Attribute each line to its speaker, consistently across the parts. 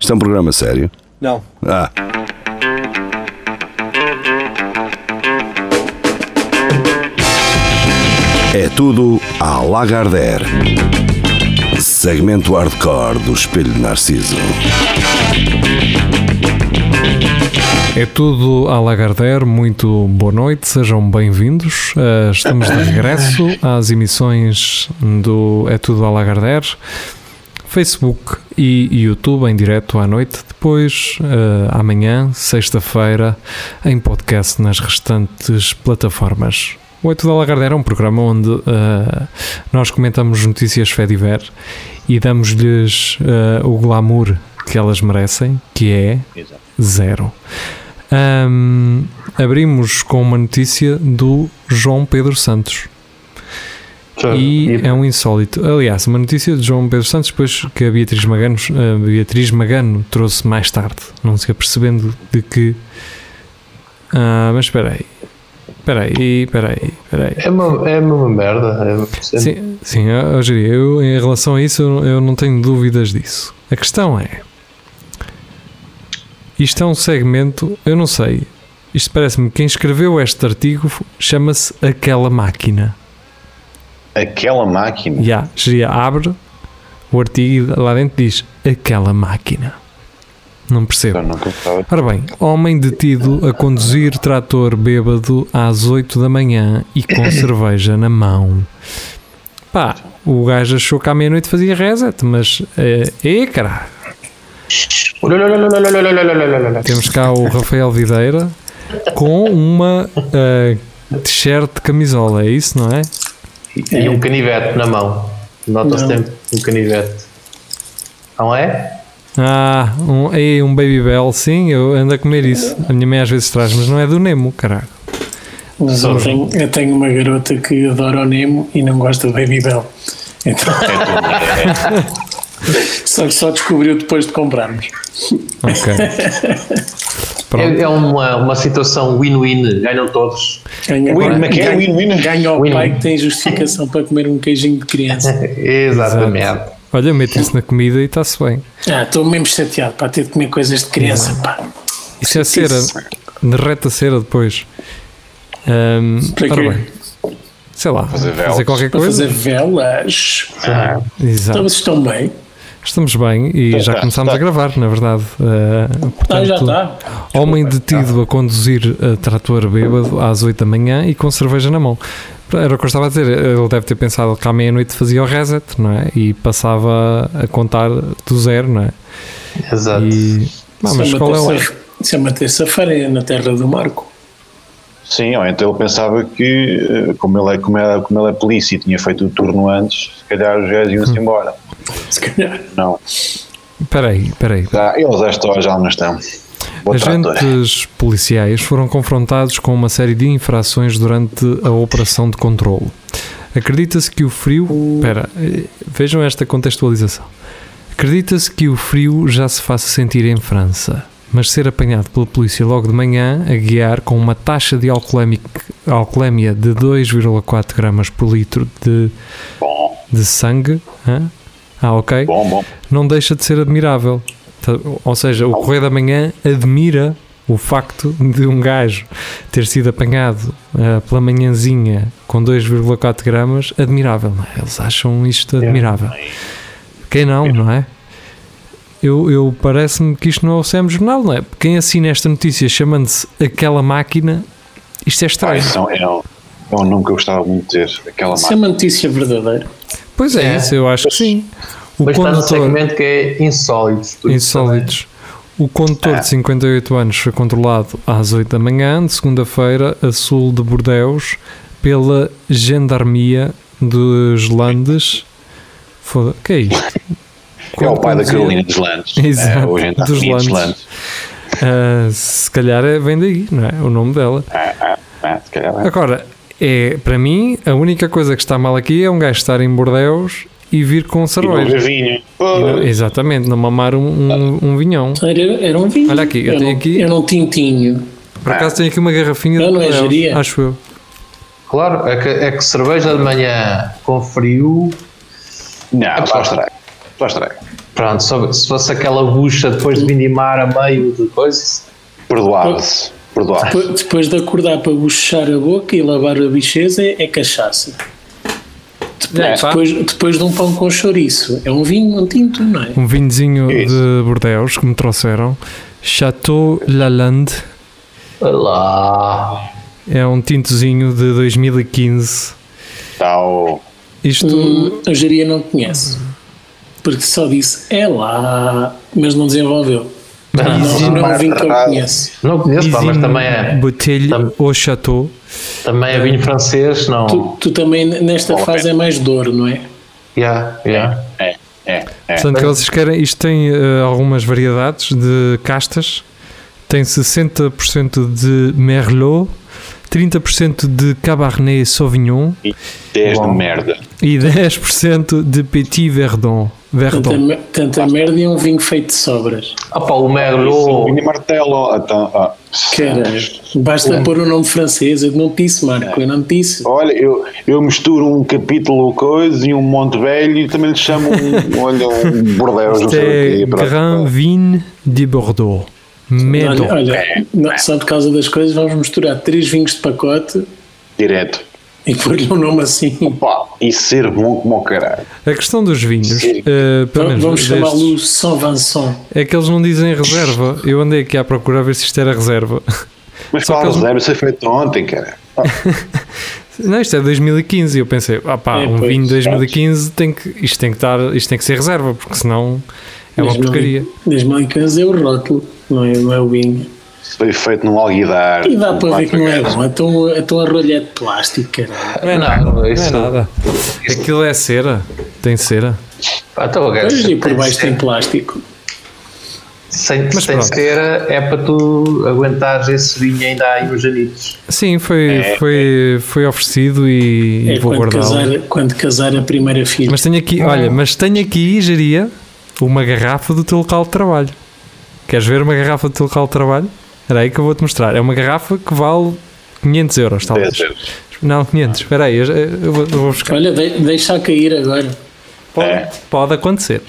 Speaker 1: Isto é um programa sério.
Speaker 2: Não.
Speaker 1: Ah, é tudo à Lagardère. Segmento hardcore do Espelho de Narciso.
Speaker 3: É tudo à Lagardère, muito boa noite, sejam bem-vindos. Uh, estamos de regresso às emissões do É Tudo à Lagardère, Facebook e YouTube em direto à noite, depois uh, amanhã, sexta-feira, em podcast nas restantes plataformas. O É Tudo à Lagardère é um programa onde uh, nós comentamos notícias Fediver e damos-lhes uh, o glamour que elas merecem, que é
Speaker 4: Exato.
Speaker 3: zero. Ahm, abrimos com uma notícia do João Pedro Santos. E é um insólito. Aliás, uma notícia de João Pedro Santos, depois que a Beatriz Magano, a Beatriz Magano trouxe mais tarde, não se apercebendo de que. Ah, mas espera aí. Espera aí, espera aí, espera aí.
Speaker 5: É uma, é uma merda. É, é-
Speaker 3: Sim, sim eu, eu diria, eu, em relação a isso, eu, eu não tenho dúvidas disso. A questão é: isto é um segmento, eu não sei. Isto parece-me que quem escreveu este artigo chama-se Aquela Máquina.
Speaker 4: Aquela máquina.
Speaker 3: Já, seria abre o artigo e lá dentro diz Aquela Máquina. Não percebo.
Speaker 4: Eu não comprava.
Speaker 3: Ora bem, homem detido a conduzir trator bêbado às 8 da manhã e com cerveja na mão. Pá, o gajo achou que à meia-noite fazia reset, mas. eh, Ê, caralho! Temos cá o Rafael Videira com uma eh, t-shirt de camisola, é isso, não é?
Speaker 5: E um canivete na mão. Nota-se
Speaker 2: Não.
Speaker 5: sempre um canivete. Não é?
Speaker 3: Ah, um, ei, um Baby Bell, sim, eu ando a comer isso. A minha mãe às vezes traz, mas não é do Nemo, caralho.
Speaker 2: Mas eu tenho, eu tenho uma garota que adora o Nemo e não gosta do Baby Bell. Então,
Speaker 3: É
Speaker 2: só que só descobriu depois de comprarmos.
Speaker 3: Ok. Pronto.
Speaker 5: É, é uma, uma situação win-win. Ganham todos.
Speaker 2: Ganha,
Speaker 4: Win,
Speaker 2: agora-
Speaker 4: mas que é
Speaker 2: ganha-
Speaker 4: win-win?
Speaker 2: ganha ao
Speaker 5: Win-win.
Speaker 2: pai que tem justificação para comer um queijinho de criança.
Speaker 5: Exatamente.
Speaker 3: Olha, mete isso na comida e está-se bem.
Speaker 2: Ah, estou mesmo chateado para ter de comer coisas de criança. Pá.
Speaker 3: Isso é cera.
Speaker 2: Isso.
Speaker 3: Derrete a cera depois. Ahm,
Speaker 2: Para
Speaker 3: ora
Speaker 2: quê?
Speaker 3: bem. Sei lá. Fazer,
Speaker 4: velas.
Speaker 3: qualquer
Speaker 2: Para
Speaker 3: coisa.
Speaker 2: fazer velas.
Speaker 3: Exato.
Speaker 2: Então vocês estão bem?
Speaker 3: Estamos bem e já
Speaker 4: tá,
Speaker 3: começámos
Speaker 4: tá.
Speaker 3: a gravar, na verdade. Ah,
Speaker 2: Ah, já
Speaker 3: portanto,
Speaker 2: está.
Speaker 3: Homem
Speaker 4: Tá.
Speaker 3: detido a conduzir a trator bêbado às 8 da manhã e com cerveja na mão. Era o que eu estava a dizer. Ele deve ter pensado que à meia-noite fazia o reset, não é? E passava a contar do zero, não é?
Speaker 5: Exato.
Speaker 3: E. Ah, mas
Speaker 2: Isso é uma
Speaker 3: qual é o.
Speaker 2: terça- Isso é uma terça-feira é na terra do Marco.
Speaker 4: Sim, ou então ele pensava que, eh, como ele é, como é, como ele é polícia e tinha feito o turno antes, se calhar os gajos iam-se embora.
Speaker 2: Se calhar.
Speaker 4: Não.
Speaker 3: Espera aí, espera aí.
Speaker 4: Já, eles a esta hora já não estão. Boa tratora.
Speaker 3: Agentes policiais foram confrontados com uma série de infrações durante a operação de controlo. Acredita-se que o frio. Espera, eh, vejam esta contextualização. Acredita-se que o frio já se faça sentir em França, mas ser apanhado pela polícia logo de manhã a guiar com uma taxa de alcoolemi- alcoolemia de 2,4 gramas por litro de,
Speaker 4: Bom,
Speaker 3: de sangue. hã? Ah, ok
Speaker 4: bom, bom.
Speaker 3: não deixa de ser admirável. Tá- Ou seja, o Correio da Manhã admira o facto de um gajo ter sido apanhado ah, pela manhãzinha com 2,4 gramas, admirável. não é? Eles acham isto admirável. Quem não, não é? Eu, eu parece-me que isto não é o CM Jornal, não é? Quem assina esta notícia chamando-se aquela máquina, isto é
Speaker 4: Ah,
Speaker 3: estranho.
Speaker 4: isso é, um- é, um- é um nome que eu gostava muito de ter. Aquela
Speaker 2: Isso é
Speaker 4: máquina.
Speaker 2: uma notícia verdadeira.
Speaker 3: Pois é,
Speaker 5: É.
Speaker 3: isso, eu acho que sim. O
Speaker 5: Mas está num
Speaker 3: condutor-
Speaker 5: segmento que é insólitos. tudo
Speaker 3: Insólitos. O
Speaker 4: Ah.
Speaker 3: condutor de 58 anos foi controlado às 8 da manhã, de segunda-feira, a sul de Bordeus, pela Gendarmia dos Landes. Foda que é isto?
Speaker 4: É o
Speaker 3: Quando
Speaker 4: pai da
Speaker 3: conduzia-
Speaker 4: Carolina dos Landes.
Speaker 3: Exato,
Speaker 4: É, hoje em dia
Speaker 3: dos
Speaker 4: Carolina dos
Speaker 3: Landes.
Speaker 4: Landes.
Speaker 3: Ah, se calhar é- vem daí, não é? O nome dela.
Speaker 4: Ah, se calhar é.
Speaker 3: Agora, é, para mim, a única coisa que está mal aqui é um gajo estar em Bordeus e vir com um
Speaker 4: E o
Speaker 3: cerveja.
Speaker 4: Gavinho.
Speaker 3: Exatamente, não mamar um, um, um vinhão.
Speaker 2: Era, era um vinho.
Speaker 3: Olha aqui, eu
Speaker 2: era
Speaker 3: tenho
Speaker 2: um,
Speaker 3: aqui-
Speaker 2: Era um tintinho.
Speaker 3: Por
Speaker 4: Ah.
Speaker 3: acaso tem aqui uma garrafinha
Speaker 2: Não,
Speaker 3: de
Speaker 2: não é
Speaker 3: Bordeus,
Speaker 2: geria.
Speaker 3: acho eu.
Speaker 5: Claro, é que, é que cerveja de manhã com frio.
Speaker 4: Não, só estraga. Só estraga.
Speaker 5: Pronto, só- se fosse aquela bucha depois de vindimar a meio de coisas,
Speaker 4: Perdoado-se. Perdoado-se.
Speaker 2: Depois, depois de acordar para buchar a boca e lavar a bicheza é cachaça.
Speaker 3: É, pá.
Speaker 2: Depois, depois de um pão com chouriço. É um vinho, um tinto, não é?
Speaker 3: Um vinhozinho
Speaker 4: Isso.
Speaker 3: de Bordeaux que me trouxeram. Chateau Lalande.
Speaker 5: lá.
Speaker 3: É um tintozinho de 2015.
Speaker 4: Tal.
Speaker 3: Isto.
Speaker 2: Hum, a Jaria não conhece. Porque só disse é lá, mas não desenvolveu.
Speaker 5: Ah.
Speaker 2: Não, não, não é um vinho que eu conheço.
Speaker 5: Não conheço, pá, mas
Speaker 3: Isinho
Speaker 5: também é,
Speaker 3: Botelho
Speaker 5: tam-
Speaker 3: ou Chateau.
Speaker 5: também é vinho francês, não.
Speaker 2: Tu, tu também nesta
Speaker 4: Vale a
Speaker 2: fase é mais dor, não é?
Speaker 5: Yeah, yeah.
Speaker 4: É, é, é.
Speaker 3: Portanto, que vocês querem. Isto tem eh, algumas variedades de castas. Tem 60% de Merlot, 30% de Cabernet Sauvignon
Speaker 4: 10 de
Speaker 5: Bom.
Speaker 4: merda.
Speaker 3: e 10% de Petit Verdon.
Speaker 2: Tanta,
Speaker 3: Verdon.
Speaker 2: me- tanta merda e um vinho feito de sobras.
Speaker 5: Ah, pá, o
Speaker 4: Isso, Mini
Speaker 5: Merlot.
Speaker 4: martelo. Então, ah,
Speaker 2: Caralho, basta pôr o nome francês. Eu não te disse, Marco, eu não te disse.
Speaker 4: Olha, eu, eu misturo um capítulo coisa e um Monte Velho e também lhe chamo um, olha, um Bordeaux, não
Speaker 3: Isto
Speaker 4: sei
Speaker 3: é
Speaker 4: o quê. pronto.
Speaker 3: Grand Vin de Bordeaux. Medo.
Speaker 2: Olha,
Speaker 3: é,
Speaker 2: olha, não- só por causa das coisas, vamos misturar três vinhos de pacote
Speaker 4: Direto.
Speaker 2: e pôr-lhe um nome assim.
Speaker 4: Pá, e ser bom como o caralho.
Speaker 3: A questão dos vinhos,
Speaker 4: Sim.
Speaker 3: eh, pelo menos
Speaker 2: Vamos
Speaker 3: destes-
Speaker 2: chamá-lo São Vanson.
Speaker 3: É que eles não dizem reserva. Eu andei aqui à procura a ver se isto era reserva.
Speaker 4: Mas
Speaker 3: Só
Speaker 4: qual
Speaker 3: que eles-
Speaker 4: reserva ser feito ontem, cara?
Speaker 3: Não, isto é 2015. Eu pensei, ah pá,
Speaker 2: É,
Speaker 3: um
Speaker 2: pois,
Speaker 3: vinho de 2015 tem que, isto, tem que estar, isto tem que ser reserva, porque senão é uma porcaria.
Speaker 2: Das malicãs é o rótulo, não é, não é o vinho.
Speaker 4: Foi feito num alguidar.
Speaker 2: E dá para ver que não é
Speaker 4: Quatro
Speaker 2: bom. Então, então a rolha é de plástico, caralho.
Speaker 5: Não é nada.
Speaker 3: Não é
Speaker 5: Isso,
Speaker 3: nada. Aquilo é cera. Tem cera.
Speaker 5: Ah, então,
Speaker 4: É,
Speaker 5: cara,
Speaker 2: Pois, e
Speaker 5: sem-
Speaker 2: por baixo tem
Speaker 5: sem-
Speaker 2: plástico.
Speaker 5: Sem,
Speaker 3: Mas
Speaker 5: sem
Speaker 3: pronto.
Speaker 5: cera é para tu aguentares esse vinho ainda aí uns anitos.
Speaker 3: Sim, foi, foi, foi oferecido e,
Speaker 2: É
Speaker 3: e vou
Speaker 2: quando
Speaker 3: guardá-lo.
Speaker 2: casar, quando casar a primeira filha.
Speaker 3: Mas tenho aqui, olha, mas tenho aqui, geria, uma garrafa do teu local de trabalho. Queres ver uma garrafa do teu local de trabalho? Era aí que eu vou-te mostrar. É uma garrafa que vale 500 euros, talvez.
Speaker 4: vezes.
Speaker 3: Não, 500. Espera aí, eu, eu vou, eu vou buscar.
Speaker 2: Olha, de, deixa cair agora.
Speaker 3: Pode,
Speaker 4: É.
Speaker 3: pode acontecer.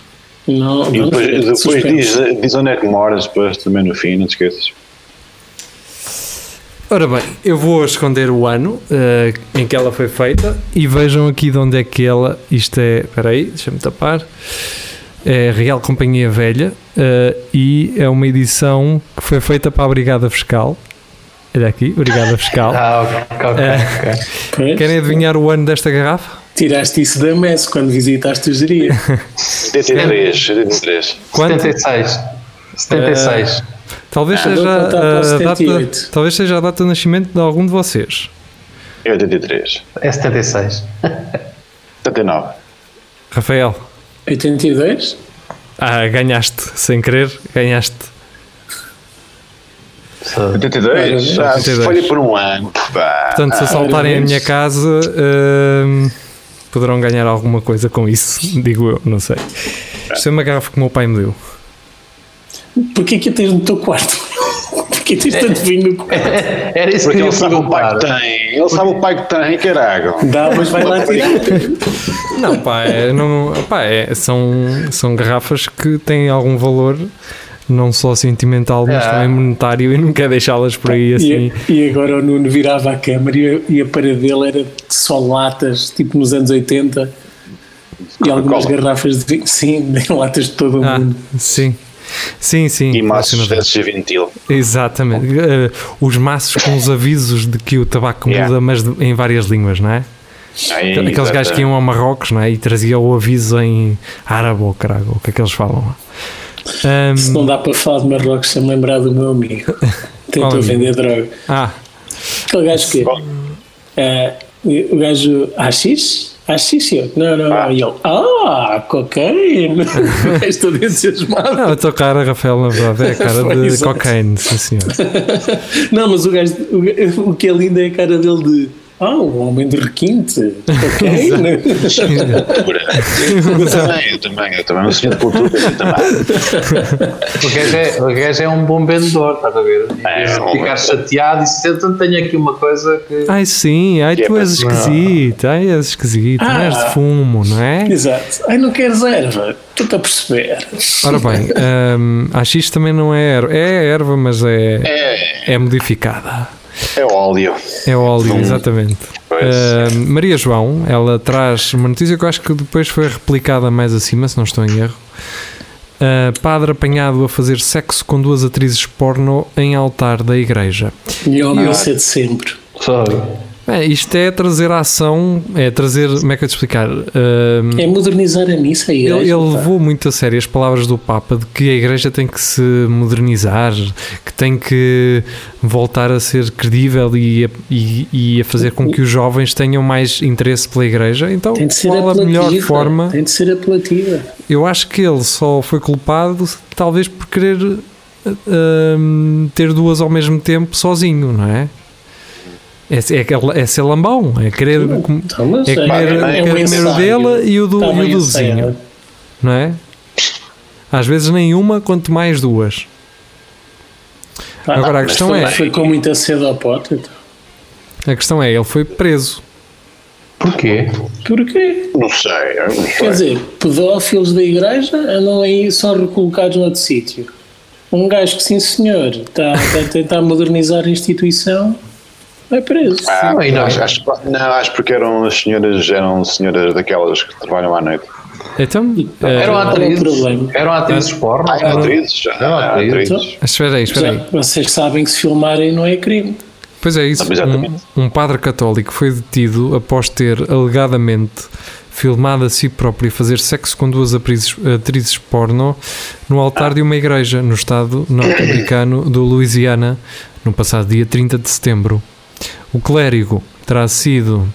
Speaker 2: Não,
Speaker 4: E
Speaker 2: vamos
Speaker 4: depois,
Speaker 2: ver,
Speaker 4: depois
Speaker 2: suspense.
Speaker 4: diz, diz onde é que moras, depois também no fim, não te esqueças.
Speaker 3: Ora bem, eu vou esconder o ano eh, em que ela foi feita e vejam aqui de onde é que ela. Isto é. Espera aí, deixa-me tapar. É Real Companhia Velha eh, e é uma edição que foi feita para a Brigada Fiscal. Olha aqui, Brigada Fiscal.
Speaker 5: Ah, ok, ok,
Speaker 3: É.
Speaker 5: ok.
Speaker 2: Pois,
Speaker 3: Querem adivinhar o ano desta garrafa?
Speaker 2: Tiraste isso da messe quando visitaste a geria.
Speaker 4: 73, 73.
Speaker 3: Quanto?
Speaker 5: 76. 76.
Speaker 3: Talvez seja,
Speaker 2: Ah, vou contar para
Speaker 3: a data,
Speaker 2: 78.
Speaker 3: talvez seja a data de nascimento de algum de vocês.
Speaker 4: É 83.
Speaker 5: É 76.
Speaker 4: 79.
Speaker 3: Rafael,
Speaker 2: 82?
Speaker 3: ah, ganhaste, sem querer, ganhaste.
Speaker 5: Só-
Speaker 4: 82? Ah,
Speaker 3: 82.
Speaker 4: falha por um ano. Pá.
Speaker 3: Portanto, se assaltarem a minha casa, ahm, poderão ganhar alguma coisa com isso, digo eu, não sei. Isto é uma garrafa que o meu pai me deu.
Speaker 2: Porquê que a tens no teu quarto? Porquê tens tanto vinho no quarto?
Speaker 5: Era isso
Speaker 4: Porque
Speaker 5: que eu
Speaker 4: ele
Speaker 5: ia
Speaker 4: sabe o pai
Speaker 5: perguntar.
Speaker 4: que tem. Ele sabe o pai que tem, caralho.
Speaker 2: Dá, mas vai lá
Speaker 4: assim,
Speaker 2: tirar.
Speaker 3: Não, pá, é- não, pá é- são, são garrafas que têm algum valor, não só sentimental, mas
Speaker 5: Ah.
Speaker 3: também monetário, e não quero deixá-las por aí assim.
Speaker 2: E,
Speaker 4: é
Speaker 2: e agora o Nuno virava a câmara e, a- e a parede dele era só latas, tipo nos anos 80. E algumas
Speaker 4: Coca-Cola.
Speaker 2: garrafas de vinho, sim, de latas de todo o
Speaker 3: Ah,
Speaker 2: mundo.
Speaker 3: sim. Sim, sim.
Speaker 4: E maços
Speaker 3: relacionado.
Speaker 4: desses vintil.
Speaker 3: Exatamente. Eh, os maços com os avisos de que o tabaco muda,
Speaker 4: Yeah.
Speaker 3: mas de- em várias línguas, não é?
Speaker 4: assim, Aí,
Speaker 3: Aqueles gajos que
Speaker 4: exatamente.
Speaker 3: iam ao Marrocos não é? e traziam o aviso em árabe ou carago, o que é que eles falam lá? Ahm,
Speaker 2: Se não dá para falar de Marrocos sem me lembrar do meu amigo.
Speaker 3: Qual
Speaker 2: Tentou
Speaker 3: amigo?
Speaker 2: vender droga.
Speaker 3: ah,
Speaker 2: Aquele gajo que. é? eh, o gajo. Axis? Axis? eu, Não, não, não. E ele. Ah, cocaína! O gajo todo entusiasmado.
Speaker 3: não, a tua cara, Rafael, na verdade, é a cara de
Speaker 2: Pois é.
Speaker 3: cocaine, sim senhor.
Speaker 2: Não, mas o gajo, o, o que é lindo é a cara dele de Ah, o homem de requinte. Ok. né?"
Speaker 4: Eu também, eu também, eu também. Não senhor de cultura, eu também.
Speaker 5: O gajo, é, o gajo é um bom vendedor, estás a ver?
Speaker 4: É,
Speaker 5: É,
Speaker 4: é um bom
Speaker 5: ficar
Speaker 4: vendedor.
Speaker 5: chateado e se então tenho aqui uma coisa que.
Speaker 3: Ai sim, ai tu és esquisito, ai és esquisito, não és
Speaker 4: Ah.
Speaker 3: de fumo, não é?
Speaker 2: Exato. Ai, não queres erva? Estou-te a perceber.
Speaker 3: Ora bem, hum, a X também não é erva, é erva, mas é,
Speaker 4: É,
Speaker 3: é modificada.
Speaker 4: é óleo.
Speaker 3: É óleo,
Speaker 4: Fumo.
Speaker 3: exatamente.
Speaker 4: Pois.
Speaker 3: Hum, Maria João, ela traz uma notícia que eu acho que depois foi replicada mais acima, se não estou em erro. Uh, padre apanhado a fazer sexo com duas atrizes porno em altar da igreja.
Speaker 2: Melhor não ser de sempre.
Speaker 5: Sabe?
Speaker 3: Bem, isto é trazer a ação, é trazer, como é que eu te explicar? Hum,
Speaker 2: É modernizar a missa e é
Speaker 3: Ele, ele levou muito a sério as palavras do Papa de que a Igreja tem que se modernizar, que tem que voltar a ser credível e a, e- e a fazer com que os jovens tenham mais interesse pela Igreja. Então,
Speaker 2: Tem de ser
Speaker 3: qual a
Speaker 2: apelativa.
Speaker 3: melhor forma?
Speaker 2: Tem de ser apelativa.
Speaker 3: Eu acho que ele só foi culpado, talvez, por querer hum, ter duas ao mesmo tempo sozinho, não é? É, é, é ser lambão, é querer. com-
Speaker 2: Então, mas
Speaker 3: É comer,
Speaker 2: é
Speaker 3: é
Speaker 2: um
Speaker 3: comer o
Speaker 2: ensaio.
Speaker 3: dela e o do,
Speaker 2: Está
Speaker 3: e o
Speaker 2: bem
Speaker 3: do
Speaker 2: ensaiado.
Speaker 3: vizinho, não é? Às vezes nenhuma, quanto mais duas.
Speaker 2: Ah,
Speaker 3: Agora, a
Speaker 2: mas
Speaker 3: questão
Speaker 2: também
Speaker 3: é-
Speaker 2: Foi com muita sede ao pote. Então.
Speaker 3: A questão é, ele foi preso.
Speaker 5: Porquê?
Speaker 2: Porquê?
Speaker 4: Não sei, é um eu não
Speaker 2: Quer
Speaker 4: sei.
Speaker 2: dizer, pedófilos da igreja andam aí e são recolocados noutro sítio. Um gajo que, sim senhor, está está a tentar modernizar a instituição, vai preso.
Speaker 4: Ah,
Speaker 5: Sim, não.
Speaker 4: acho, acho, não, acho porque eram as senhoras, eram senhoras daquelas que trabalham à noite.
Speaker 3: Então, eh,
Speaker 5: Eram
Speaker 2: Qual é o
Speaker 5: atrizes.
Speaker 2: problema?
Speaker 5: Eram atrizes porno.
Speaker 4: Ah, eram atrizes? já,
Speaker 5: Eram atrizes.
Speaker 4: atrizes.
Speaker 3: ah, espera aí, espera aí.
Speaker 2: Já, vocês sabem que se filmarem não é crime.
Speaker 3: Pois é isso,
Speaker 4: Não, exatamente.
Speaker 3: um, um padre católico foi detido após ter alegadamente filmado a si próprio e fazer sexo com duas atrizes, atrizes porno no altar de uma igreja no estado norte-americano do Louisiana no passado dia 30 de setembro. O clérigo terá sido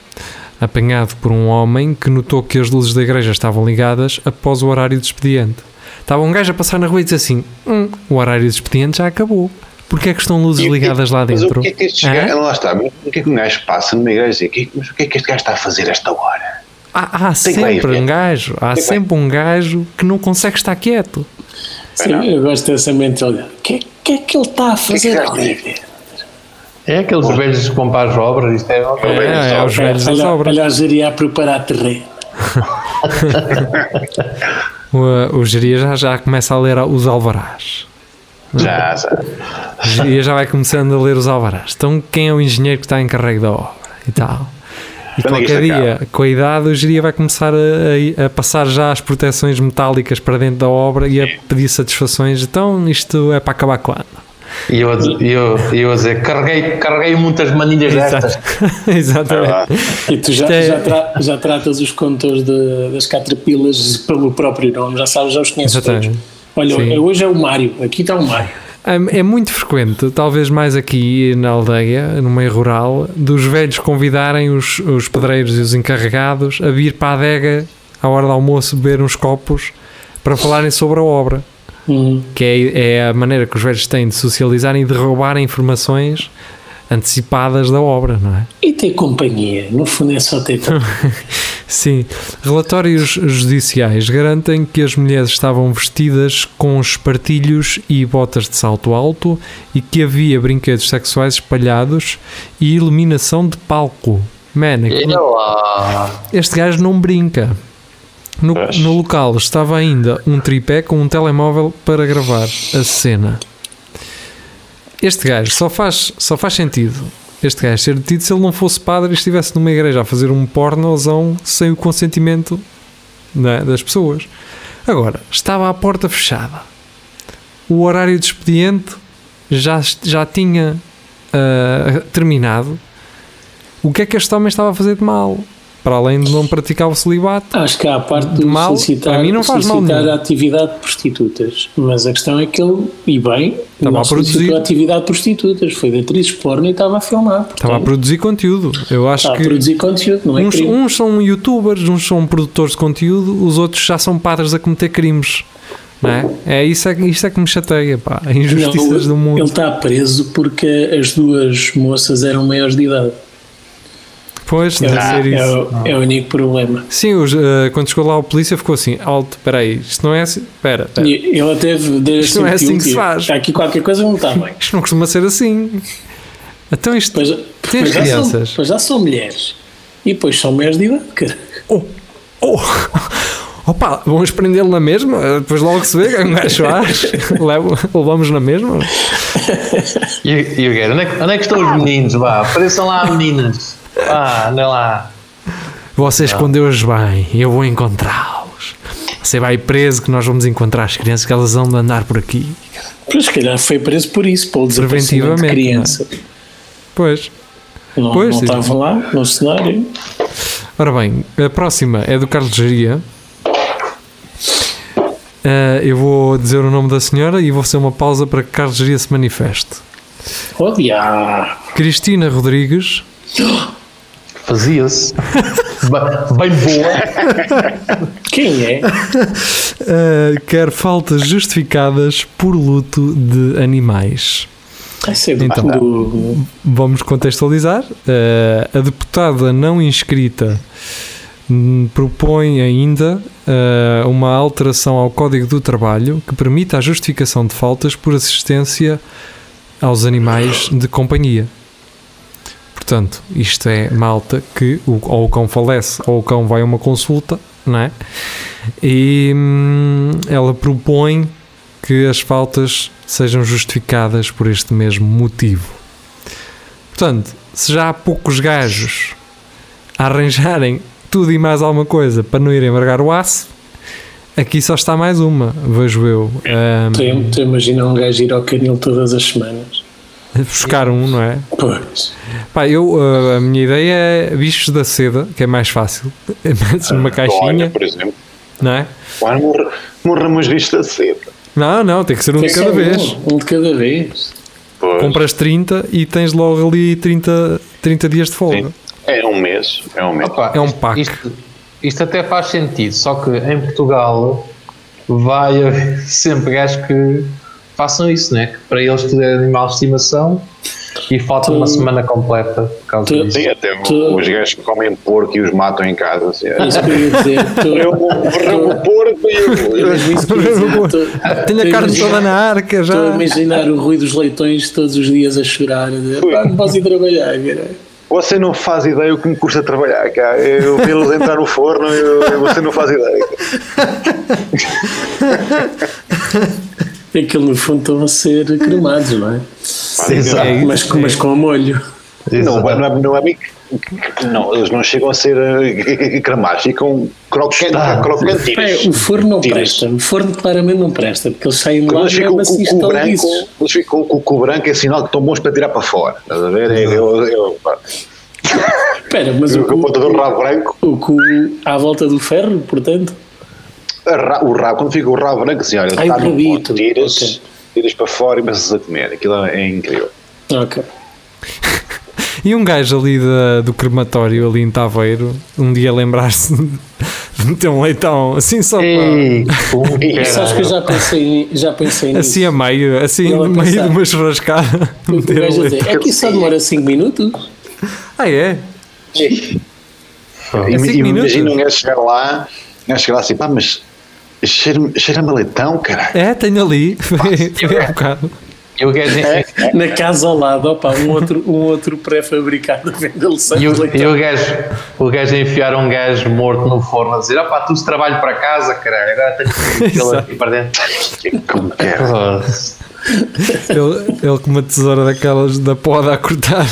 Speaker 3: apanhado por um homem que notou que as luzes da igreja estavam ligadas após o horário de expediente. Estava um gajo a passar na rua e disse assim: "Hum, o horário de expediente já acabou. Porquê é que estão luzes
Speaker 4: E o que-
Speaker 3: ligadas lá
Speaker 4: Mas
Speaker 3: dentro?
Speaker 4: o que é que estes
Speaker 3: Hã?
Speaker 4: gajos. Lá está, mas o que é que um gajo passa numa igreja e diz, mas o que é que este gajo está a fazer esta hora?
Speaker 3: Há, há
Speaker 4: Tem que lá ir
Speaker 3: sempre
Speaker 4: ver.
Speaker 3: um gajo, há
Speaker 4: Tem que lá
Speaker 3: sempre um gajo que não consegue estar quieto.
Speaker 2: Sim, eu gosto dessa mentalidade. O que, é- que é que ele está a fazer?
Speaker 4: já
Speaker 2: ali?
Speaker 5: É aqueles velhos que vão para as obras. Isto é
Speaker 3: É,
Speaker 4: velho das
Speaker 3: é,
Speaker 4: obras.
Speaker 3: os velhos das
Speaker 2: Olha-
Speaker 3: obras.
Speaker 2: Olha, seria a preparar terreno.
Speaker 3: O, uh, o geria já, já começa a ler os alvarás. Hum.
Speaker 4: Já, já.
Speaker 3: O geria já vai começando a ler os alvarás. Então, quem é o engenheiro que está encarregue da obra e tal? E
Speaker 4: Quando é que
Speaker 3: qualquer
Speaker 4: isto
Speaker 3: dia, com a idade, o geria vai começar a, a- a passar já as proteções metálicas para dentro da obra e a pedir satisfações. Então, isto é para acabar quando?
Speaker 5: E eu, a dizer- e eu, e eu a dizer, carreguei, carreguei muitas manilhas destas.
Speaker 3: Exatamente.
Speaker 2: E tu já,
Speaker 3: Isto é-
Speaker 2: já, tra- já tratas os condutores de- das caterpillars pelo próprio nome, já sabes, já os conheces
Speaker 3: Exatamente.
Speaker 2: todos. Olha,
Speaker 3: Sim.
Speaker 2: hoje é o Mário, aqui está o Mário.
Speaker 3: Hum, É muito frequente, talvez mais aqui na aldeia, no meio rural, dos velhos convidarem os, os pedreiros e os encarregados a vir para a adega à hora do almoço beber uns copos para falarem sobre a obra,
Speaker 2: Uhum.
Speaker 3: que é, é a maneira que os velhos têm de socializarem e de roubarem informações antecipadas da obra, não é?
Speaker 2: E ter companhia, no fundo é só ter companhia.
Speaker 3: Sim. Relatórios judiciais garantem que as mulheres estavam vestidas com espartilhos e botas de salto alto e que havia brinquedos sexuais espalhados e iluminação de palco. Man, aqui-
Speaker 5: Olha lá.
Speaker 3: este gajo não brinca. No,
Speaker 4: Pois.
Speaker 3: no local estava ainda um tripé com um telemóvel para gravar a cena. Este gajo só faz, só faz sentido. Este gajo ser detido se ele não fosse padre e estivesse numa igreja a fazer um pornozão sem o consentimento não é, das pessoas. Agora, estava à porta fechada. O horário de expediente já, est- já tinha ah, terminado. O que é que este homem estava a fazer de mal? Para além de não praticar o celibato,
Speaker 2: Acho que há a parte de
Speaker 3: Mal,
Speaker 2: solicitar,
Speaker 3: para mim não faz mal
Speaker 2: solicitar
Speaker 3: nenhum.
Speaker 2: a atividade de prostitutas, mas a questão é que ele, e bem,
Speaker 3: Estava
Speaker 2: não
Speaker 3: a produzir.
Speaker 2: solicitou a atividade de prostitutas, foi de atriz porno e estava a filmar.
Speaker 3: estava a
Speaker 2: portanto,
Speaker 3: produzir conteúdo. Eu acho
Speaker 2: está a
Speaker 3: que
Speaker 2: produzir conteúdo, não é
Speaker 3: uns,
Speaker 2: crime.
Speaker 3: uns são youtubers, uns são produtores de conteúdo, os outros já são padres a cometer crimes. Não é? É, isso é, que- isto é que me chateia, pá. As Injustiças
Speaker 2: Não,
Speaker 3: do mundo.
Speaker 2: Ele está preso porque as duas moças eram maiores de idade.
Speaker 3: Pois, deve ser
Speaker 2: é,
Speaker 3: isso.
Speaker 2: o, é o único problema.
Speaker 3: Sim, os, eh, quando chegou lá o polícia ficou assim, alto, espera aí, isto não é assim, espera, espera,
Speaker 2: E Ele até deu
Speaker 3: Isto não é assim que se faz.
Speaker 2: Está aqui qualquer coisa não está bem.
Speaker 3: isto não costuma ser assim. Então isto,
Speaker 2: Pois,
Speaker 3: Tem as
Speaker 2: já são,
Speaker 3: crianças.
Speaker 2: depois já são mulheres. E depois são mulheres de idade. cara.
Speaker 3: oh, oh, opa, vamos prendê-lo na mesma, Eh, depois logo se vê, que é um gajo acho, levamos na mesma.
Speaker 5: E, e o Guerra, onde, é que- onde é que estão os meninos? Vá, apareçam lá, "Ah, meninas. Vá, andem lá.
Speaker 3: Você escondeu-os bem, eu vou encontrá-los. Você vai preso que nós vamos encontrar as crianças que elas vão de andar por aqui.
Speaker 2: Pois, se calhar foi preso por isso, pelo desaparecimento de
Speaker 3: Preventivamente,
Speaker 2: criança.
Speaker 3: Pois.
Speaker 2: Não,
Speaker 3: Pois,
Speaker 2: não
Speaker 3: sim.
Speaker 2: estava lá no cenário.
Speaker 3: Ora bem, a próxima é do Carlos Geria. Ah, eu vou dizer o nome da senhora e vou fazer uma pausa para que Carlos Geria se manifeste.
Speaker 2: Oh, diabo.
Speaker 3: Cristina Rodrigues,
Speaker 5: Fazia-se. Ba- Bem boa.
Speaker 2: Quem é?
Speaker 3: ah, quer faltas justificadas por luto de animais.
Speaker 2: Essa é do,
Speaker 3: Então.
Speaker 2: do-
Speaker 3: Vamos contextualizar. Eh, a deputada não inscrita hum, propõe ainda eh, uma alteração ao Código do Trabalho que permita a justificação de faltas por assistência aos animais de companhia. Portanto, isto é malta que o- ou o cão falece ou o cão vai a uma consulta, não é? E hum, ela propõe que as faltas sejam justificadas por este mesmo motivo. Portanto, se já há poucos gajos a arranjarem tudo e mais alguma coisa para não irem largar o aço, aqui só está mais uma, vejo eu. hum, Ahm,
Speaker 2: Tu, tu imagina um gajo ir ao canil todas as semanas.
Speaker 3: buscar um, não é?
Speaker 2: Pois.
Speaker 3: Pá, eu, ah, a minha ideia é bichos da seda, que é mais fácil.
Speaker 2: Ah,
Speaker 3: Metes numa
Speaker 4: Olha,
Speaker 3: caixinha,
Speaker 4: por exemplo,
Speaker 3: não é?
Speaker 4: claro, morra- morramos disto a cedo.
Speaker 3: Não, não, tem que ser um
Speaker 2: É
Speaker 3: de
Speaker 2: só
Speaker 3: cada
Speaker 2: um,
Speaker 3: vez.
Speaker 2: Um, de cada vez.
Speaker 4: Pois,
Speaker 3: Compras 30 e tens logo ali 30, 30 dias de folga.
Speaker 4: sim. É um mês, é um mês.
Speaker 5: Opa,
Speaker 3: É um pack.
Speaker 5: Isto, isto até faz sentido, só que em Portugal vai haver sempre gajos que façam isso, né? Que para eles tudo é animal de estimação e falta uma semana completa por causa
Speaker 2: Tu-
Speaker 5: disso.
Speaker 4: Sim, até
Speaker 2: Tu-
Speaker 4: os gajos que comem porco e os matam em casa. Assim, é.
Speaker 2: Isso que eu ia dizer. Tu,
Speaker 4: Eu vou morrer o porco e eu.
Speaker 2: era isso que eu ia dizer, tu-
Speaker 3: Tenho
Speaker 2: tu
Speaker 3: a carne
Speaker 2: imagina-
Speaker 3: toda na arca já.
Speaker 2: Estou a imaginar o ruído dos leitões todos os dias a chorar. a dizer,
Speaker 4: Ui.
Speaker 2: "Pá, Não posso ir trabalhar, cara.
Speaker 4: Você não faz ideia o que me custa trabalhar cá. Eu vê-los entrar no forno e eu- você não faz ideia.
Speaker 2: Aquilo É no fundo estão a ser cremados, não é?
Speaker 5: Exato.
Speaker 2: Mas, com- mas com molho.
Speaker 4: Não, mas não é, não é bem que- que- não, eles não chegam a ser eh, cramados, ficam croquen-
Speaker 5: Está.
Speaker 2: Pá,
Speaker 4: crocantinos.
Speaker 2: o forno não
Speaker 4: Tiras.
Speaker 2: presta. O forno claramente não presta, porque eles saem lá
Speaker 4: Quando eles
Speaker 2: e
Speaker 4: ficam
Speaker 2: mesmo assim
Speaker 4: com o cu
Speaker 2: estão
Speaker 4: branco,
Speaker 2: lisos.
Speaker 4: eles ficam com o cu branco é sinal que estão bons para tirar para fora. Estás a ver? Eu, eu, eu,
Speaker 2: Espera, mas o
Speaker 4: eu, com a
Speaker 2: cu,
Speaker 4: ponta do rabo branco,
Speaker 2: o cu à volta do ferro, portanto.
Speaker 4: a ra- o rabo, quando fica o rabo branco, assim, olha,
Speaker 2: Ai,
Speaker 4: está no
Speaker 2: rabito.
Speaker 4: ponto, tiras,
Speaker 2: Ok.
Speaker 4: tiras para fora e começas a comer. Aquilo é incrível.
Speaker 2: Ok.
Speaker 3: E um gajo ali da- do crematório, ali em Taveiro, um dia lembrar-se de meter um leitão assim só para,
Speaker 5: Ei, como
Speaker 4: E
Speaker 2: Sabes que eu já pensei, em- já pensei nisso.
Speaker 3: assim a meio, assim
Speaker 2: Eu
Speaker 3: no
Speaker 2: a
Speaker 3: meio
Speaker 2: pensar.
Speaker 3: de uma churrascada.
Speaker 2: o
Speaker 3: meter um
Speaker 2: gajo a dizer,
Speaker 3: leitão.
Speaker 2: é que isso só demora 5 minutos.
Speaker 3: Ah, é?
Speaker 4: E-
Speaker 3: cinco
Speaker 4: e
Speaker 3: minutos?
Speaker 4: Imagina um gajo chegar lá, um gajo chegar lá assim, pá, mas cheira-me cheira leitão, caralho.
Speaker 3: É, tenho ali. Foi, foi há bocado.
Speaker 5: E o gajo,
Speaker 4: É,
Speaker 2: É? Na casa ao lado, opa, um outro, um outro pré-fabricado a vender-lhe sangue
Speaker 5: e
Speaker 2: de
Speaker 5: o,
Speaker 2: leitão.
Speaker 5: e o gajo, o gajo a enfiar um gajo morto no forno a dizer: opá, tu se trabalho para casa, caralho, agora tenho que ir aquilo aqui para dentro.
Speaker 4: Como que é?
Speaker 5: Oh,
Speaker 3: Ele, ele com uma tesoura daquelas da poda a cortar.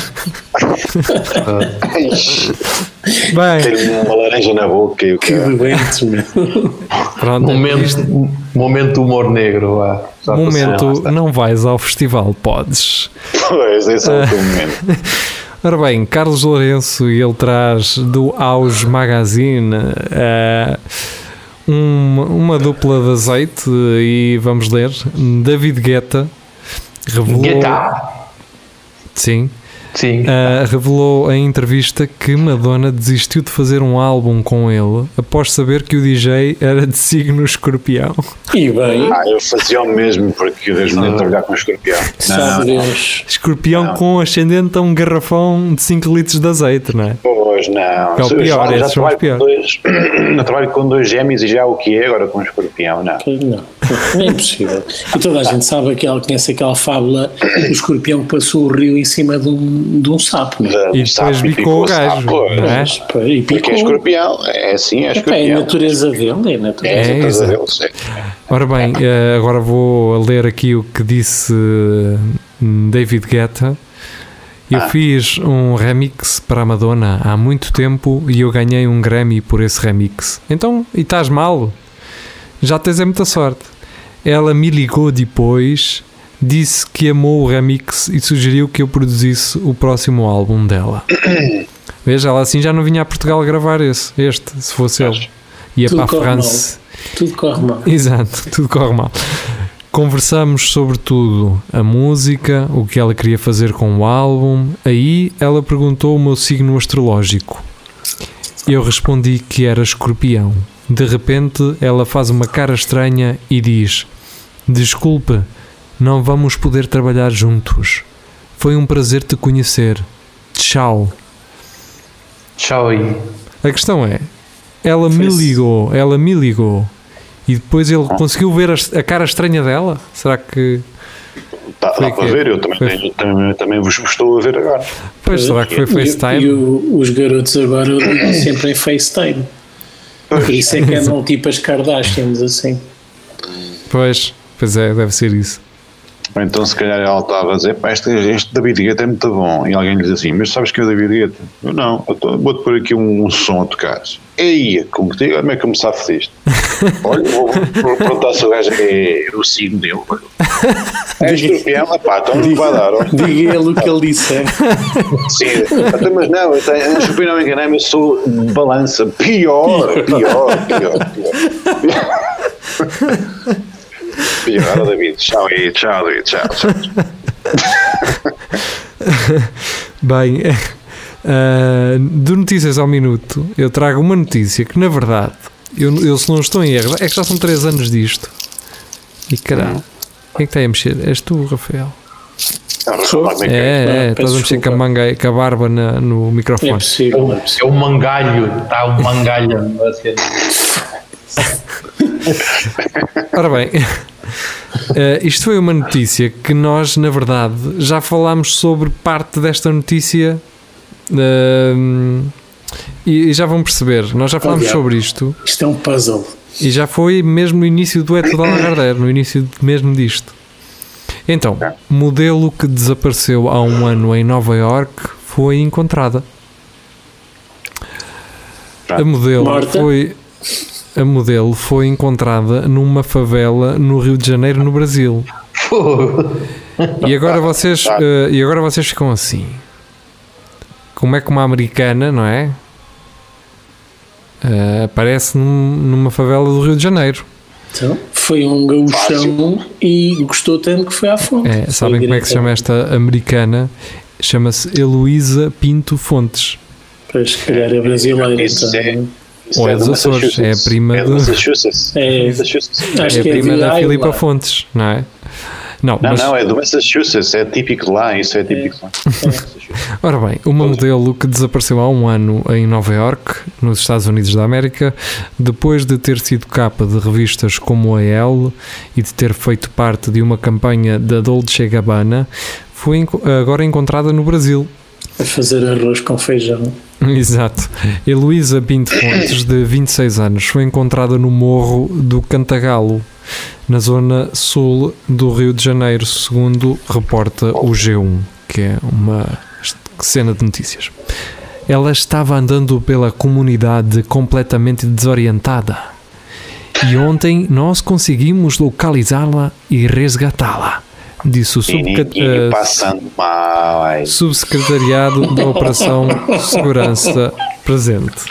Speaker 3: Bem,
Speaker 4: Tenho uma laranja na boca e o
Speaker 2: Que
Speaker 4: que
Speaker 2: doentes, meu.
Speaker 3: pronto.
Speaker 5: Momento,
Speaker 3: isto-
Speaker 5: momento humor negro, vá. Já
Speaker 3: momento,
Speaker 5: passou.
Speaker 3: não vais ao festival, podes.
Speaker 4: Pois, esse é o teu momento.
Speaker 3: Ora bem, Carlos Lourenço, e ele traz do Aus Magazine eh, um- uma dupla de azeite e vamos ler. David Guetta revelou.
Speaker 5: Get up!
Speaker 3: Sim.
Speaker 5: Sim.
Speaker 3: Ah, revelou em entrevista que Madonna desistiu de fazer um álbum com ele após saber que o DJ era de signo escorpião.
Speaker 2: E bem,
Speaker 4: Ah, eu fazia o mesmo, porque eu deixo de trabalhar com escorpião.
Speaker 2: sabe Deus.
Speaker 3: Escorpião com ascendente a um garrafão de 5 litros de azeite, não é?
Speaker 4: Pois não.
Speaker 3: Que é o
Speaker 4: Se-
Speaker 3: pior,
Speaker 4: já- já
Speaker 3: esses são os
Speaker 4: trabalho com dois- eu trabalho com dois gêmeos e já o que é agora com um escorpião, não.
Speaker 2: Pois Não, é impossível. E toda a gente sabe aquela, conhece aquela fábula do escorpião que passou o rio em cima de um, de um sapo, não é?
Speaker 4: De-
Speaker 3: E
Speaker 4: de sapo,
Speaker 3: depois bicou o
Speaker 4: sapo,
Speaker 3: gajo,
Speaker 4: pois.
Speaker 3: não é?
Speaker 2: Mas, pá, E
Speaker 4: Porque
Speaker 2: picou.
Speaker 4: é escorpião, é assim,
Speaker 2: Epá,
Speaker 4: é
Speaker 2: é a
Speaker 4: escorpião.
Speaker 2: natureza dele, é a natureza
Speaker 4: É,
Speaker 3: É,
Speaker 4: é,
Speaker 3: exato. Ora bem, eh, agora vou ler aqui o que disse eh, David Guetta. Eu
Speaker 2: Ah.
Speaker 3: fiz um remix para a Madonna há muito tempo e eu ganhei um Grammy por esse remix. Então, e estás mal? Já tens é muita sorte. Ela me ligou depois, disse que amou o remix e sugeriu que eu produzisse o próximo álbum dela. Veja, ela assim já não vinha a Portugal gravar esse, este, se fosse ele. Ia
Speaker 2: Tudo
Speaker 3: para a
Speaker 2: corre mal.
Speaker 3: France.
Speaker 2: Tudo corre mal.
Speaker 3: Exato, tudo corre mal. Conversamos sobre tudo, a música, o que ela queria fazer com o álbum. Aí ela perguntou o meu signo astrológico. Eu respondi que era escorpião. De repente ela faz uma cara estranha e diz: Desculpe, não vamos poder trabalhar juntos. Foi um prazer te conhecer. Tchau.
Speaker 5: Tchau aí.
Speaker 3: A questão é, ela me ligou, ela me ligou e depois ele conseguiu ver a, a cara estranha dela? Será que.
Speaker 4: Está
Speaker 3: Foi
Speaker 4: Tá, dá para
Speaker 3: que-
Speaker 4: ver, eu também,
Speaker 3: foi-
Speaker 4: tenho- também, também vos estou a ver agora.
Speaker 3: Pois, será que foi
Speaker 2: E, e
Speaker 3: FaceTime?
Speaker 2: o- os garotos agora ligam sempre em FaceTime. Por isso é que andam tipo as Kardashians, assim.
Speaker 3: Pois, pois é, deve ser isso.
Speaker 4: Ou então, se calhar, ela estava a dizer: pá, este, este David Guetta é muito bom. E alguém lhe diz assim: mas sabes que é o David Guetta? Eu não, eu tô- vou-te pôr aqui um, um som a tocar. Eia, como, que- como é que eu me safo disto? Olha, vou, vou perguntar se o gajo é o signo dele. É escorpião, ah pá, então não vai dar. olha.
Speaker 2: Diga ele o que ele disser. É
Speaker 4: Sim, até, mas não, eu tenho, eu desculpe, não enganei-me, eu sou de balança. Pior, pior, pior, pior. Pior, David. Tchau aí, tchau, David, tchau. tchau.
Speaker 3: Bem, ah, de notícias ao minuto, eu trago uma notícia que, na verdade, eu, eu se não estou em erro, é que já são 3 anos disto. E caralho, quem é que está aí a mexer? És tu, Rafael?
Speaker 4: Não, não, não, não, não,
Speaker 2: não,
Speaker 3: É, é,
Speaker 2: peço
Speaker 3: estás a mexer com
Speaker 2: desculpa.
Speaker 3: a, manga, com a barba na- no
Speaker 2: Não é
Speaker 3: microfone.
Speaker 2: possível, não é possível.
Speaker 5: É o mangalho. Está o mangalho a ser.
Speaker 3: Ora bem, eh, isto foi uma notícia que nós, na verdade, já falámos sobre parte desta notícia ehm, e, e já vão perceber. Nós já falámos
Speaker 2: Aliás.
Speaker 3: sobre isto
Speaker 2: Isto é um puzzle.
Speaker 3: e já foi mesmo no início do Eto da Lagardeira, no início de- mesmo disto. Então, modelo que desapareceu há um ano em Nova York foi encontrada. A modelo
Speaker 2: Morta?
Speaker 3: foi a modelo foi encontrada numa favela no Rio de Janeiro, no Brasil.
Speaker 5: Pô,
Speaker 3: E agora vocês, eh, e agora vocês ficam assim. Como é que uma americana, não é? Eh, aparece num- numa favela do Rio de Janeiro.
Speaker 2: Então, foi um gauchão e gostou tanto que foi à fonte.
Speaker 3: É,
Speaker 2: Foi
Speaker 3: sabem como é que se chama
Speaker 2: direto.
Speaker 3: esta americana? Chama-se Heloísa Pinto Fontes.
Speaker 2: Pois, se calhar é brasileira.
Speaker 4: Isso é-
Speaker 2: Então.
Speaker 4: isso
Speaker 3: Ou é
Speaker 4: de
Speaker 3: dos Açores,
Speaker 4: Massachusetts.
Speaker 3: é a prima
Speaker 4: É de
Speaker 3: do-
Speaker 4: Massachusetts.
Speaker 2: É.
Speaker 4: Massachusetts.
Speaker 2: Acho
Speaker 3: É a
Speaker 2: que
Speaker 3: prima
Speaker 2: de
Speaker 3: da
Speaker 2: Ayla.
Speaker 3: Filipa Fontes, não é? Não,
Speaker 4: Não,
Speaker 3: mas,
Speaker 4: não, é do Massachusetts, é típico de lá, isso é típico de lá. É.
Speaker 3: Ora bem, uma modelo que desapareceu há um ano em Nova York, nos Estados Unidos da América, depois de ter sido capa de revistas como a Elle e de ter feito parte de uma campanha da Dolce Gabbana, foi enco- agora encontrada no Brasil.
Speaker 2: A fazer arroz com feijão.
Speaker 3: Exato. Heloísa Pinto Fontes, de 26 anos, foi encontrada no morro do Cantagalo, na zona sul do Rio de Janeiro, segundo reporta o G1, que é uma est- cena de notícias. Ela estava andando pela comunidade completamente desorientada. E ontem nós conseguimos localizá-la e resgatá-la, disse o
Speaker 4: E
Speaker 3: subcat-
Speaker 4: ninguém
Speaker 3: eh,
Speaker 4: passando mal. ai.
Speaker 3: Subsecretariado da Operação Segurança Presente.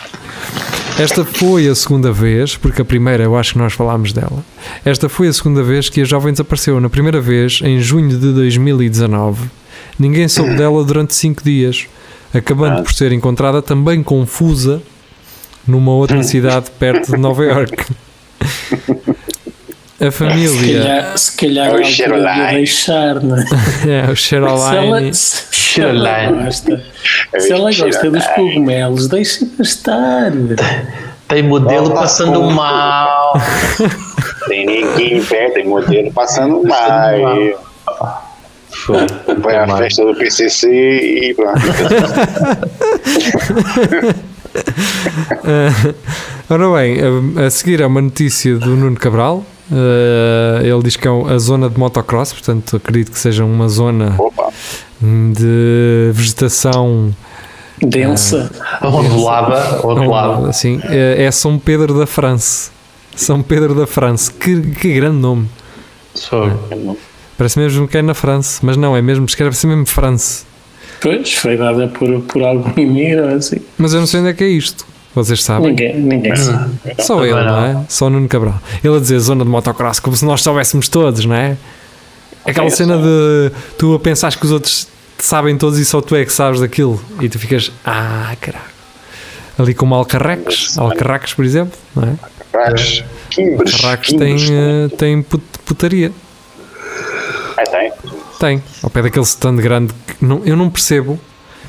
Speaker 3: Esta foi a segunda vez, porque a primeira eu acho que nós falámos dela. Esta foi a segunda vez que a jovem desapareceu. Na primeira vez, em junho de 2019, Ninguém soube dela durante cinco dias, acabando por ser encontrada também confusa numa outra cidade perto de Nova York. A
Speaker 2: Se
Speaker 3: família.
Speaker 2: calhar, se calhar
Speaker 4: É o
Speaker 2: ela podia
Speaker 4: Caroline.
Speaker 2: deixar, não é?
Speaker 3: É, o Caroline.
Speaker 2: Se ela, se ela
Speaker 5: Caroline.
Speaker 2: gosta,
Speaker 4: é
Speaker 2: se ela gosta dos cogumelos, deixa-me estar.
Speaker 5: Tem modelo
Speaker 4: Olá,
Speaker 5: passando
Speaker 4: como-
Speaker 5: mal.
Speaker 4: Tem ninguém em pé, tem um modelo passando mal. E Foi à festa do PCC e pronto.
Speaker 3: Ora bem, a, a seguir é uma notícia do Nuno Cabral. Eh, ele diz que é um- a zona de motocross, portanto, acredito que seja uma zona
Speaker 4: Opa,
Speaker 3: de vegetação
Speaker 2: Densa.
Speaker 5: Ondulada, ondulada.
Speaker 3: assim, é, é São Pedro da França. São Pedro da França, que, que grande nome.
Speaker 5: Fogo.
Speaker 3: Parece mesmo que é na França, mas não, é mesmo, escreve-se mesmo França.
Speaker 2: Pois, foi dada por, por algum imigrante. Assim.
Speaker 3: Mas eu não sei onde é que é isto. Vocês sabem.
Speaker 2: Ninguém, ninguém sabe.
Speaker 3: Só ele,
Speaker 5: Também
Speaker 3: não é? Só o Nuno Cabral. Ele a dizer zona de motocross, como se nós soubéssemos todos, não é? Aquela
Speaker 4: É,
Speaker 3: cena de tu a pensares que os outros te sabem todos e só tu é que sabes daquilo. E tu ficas, ah, caraca. Ali como Alcarracos, Alcarracos, por exemplo, não é?
Speaker 4: Racos, Quimbres.
Speaker 3: Alcarracos É. tem,
Speaker 4: Quimbres.
Speaker 3: eh, tem put- putaria.
Speaker 4: Ah, tem.
Speaker 3: Tem. Ao pé daquele stand grande que não- eu não percebo.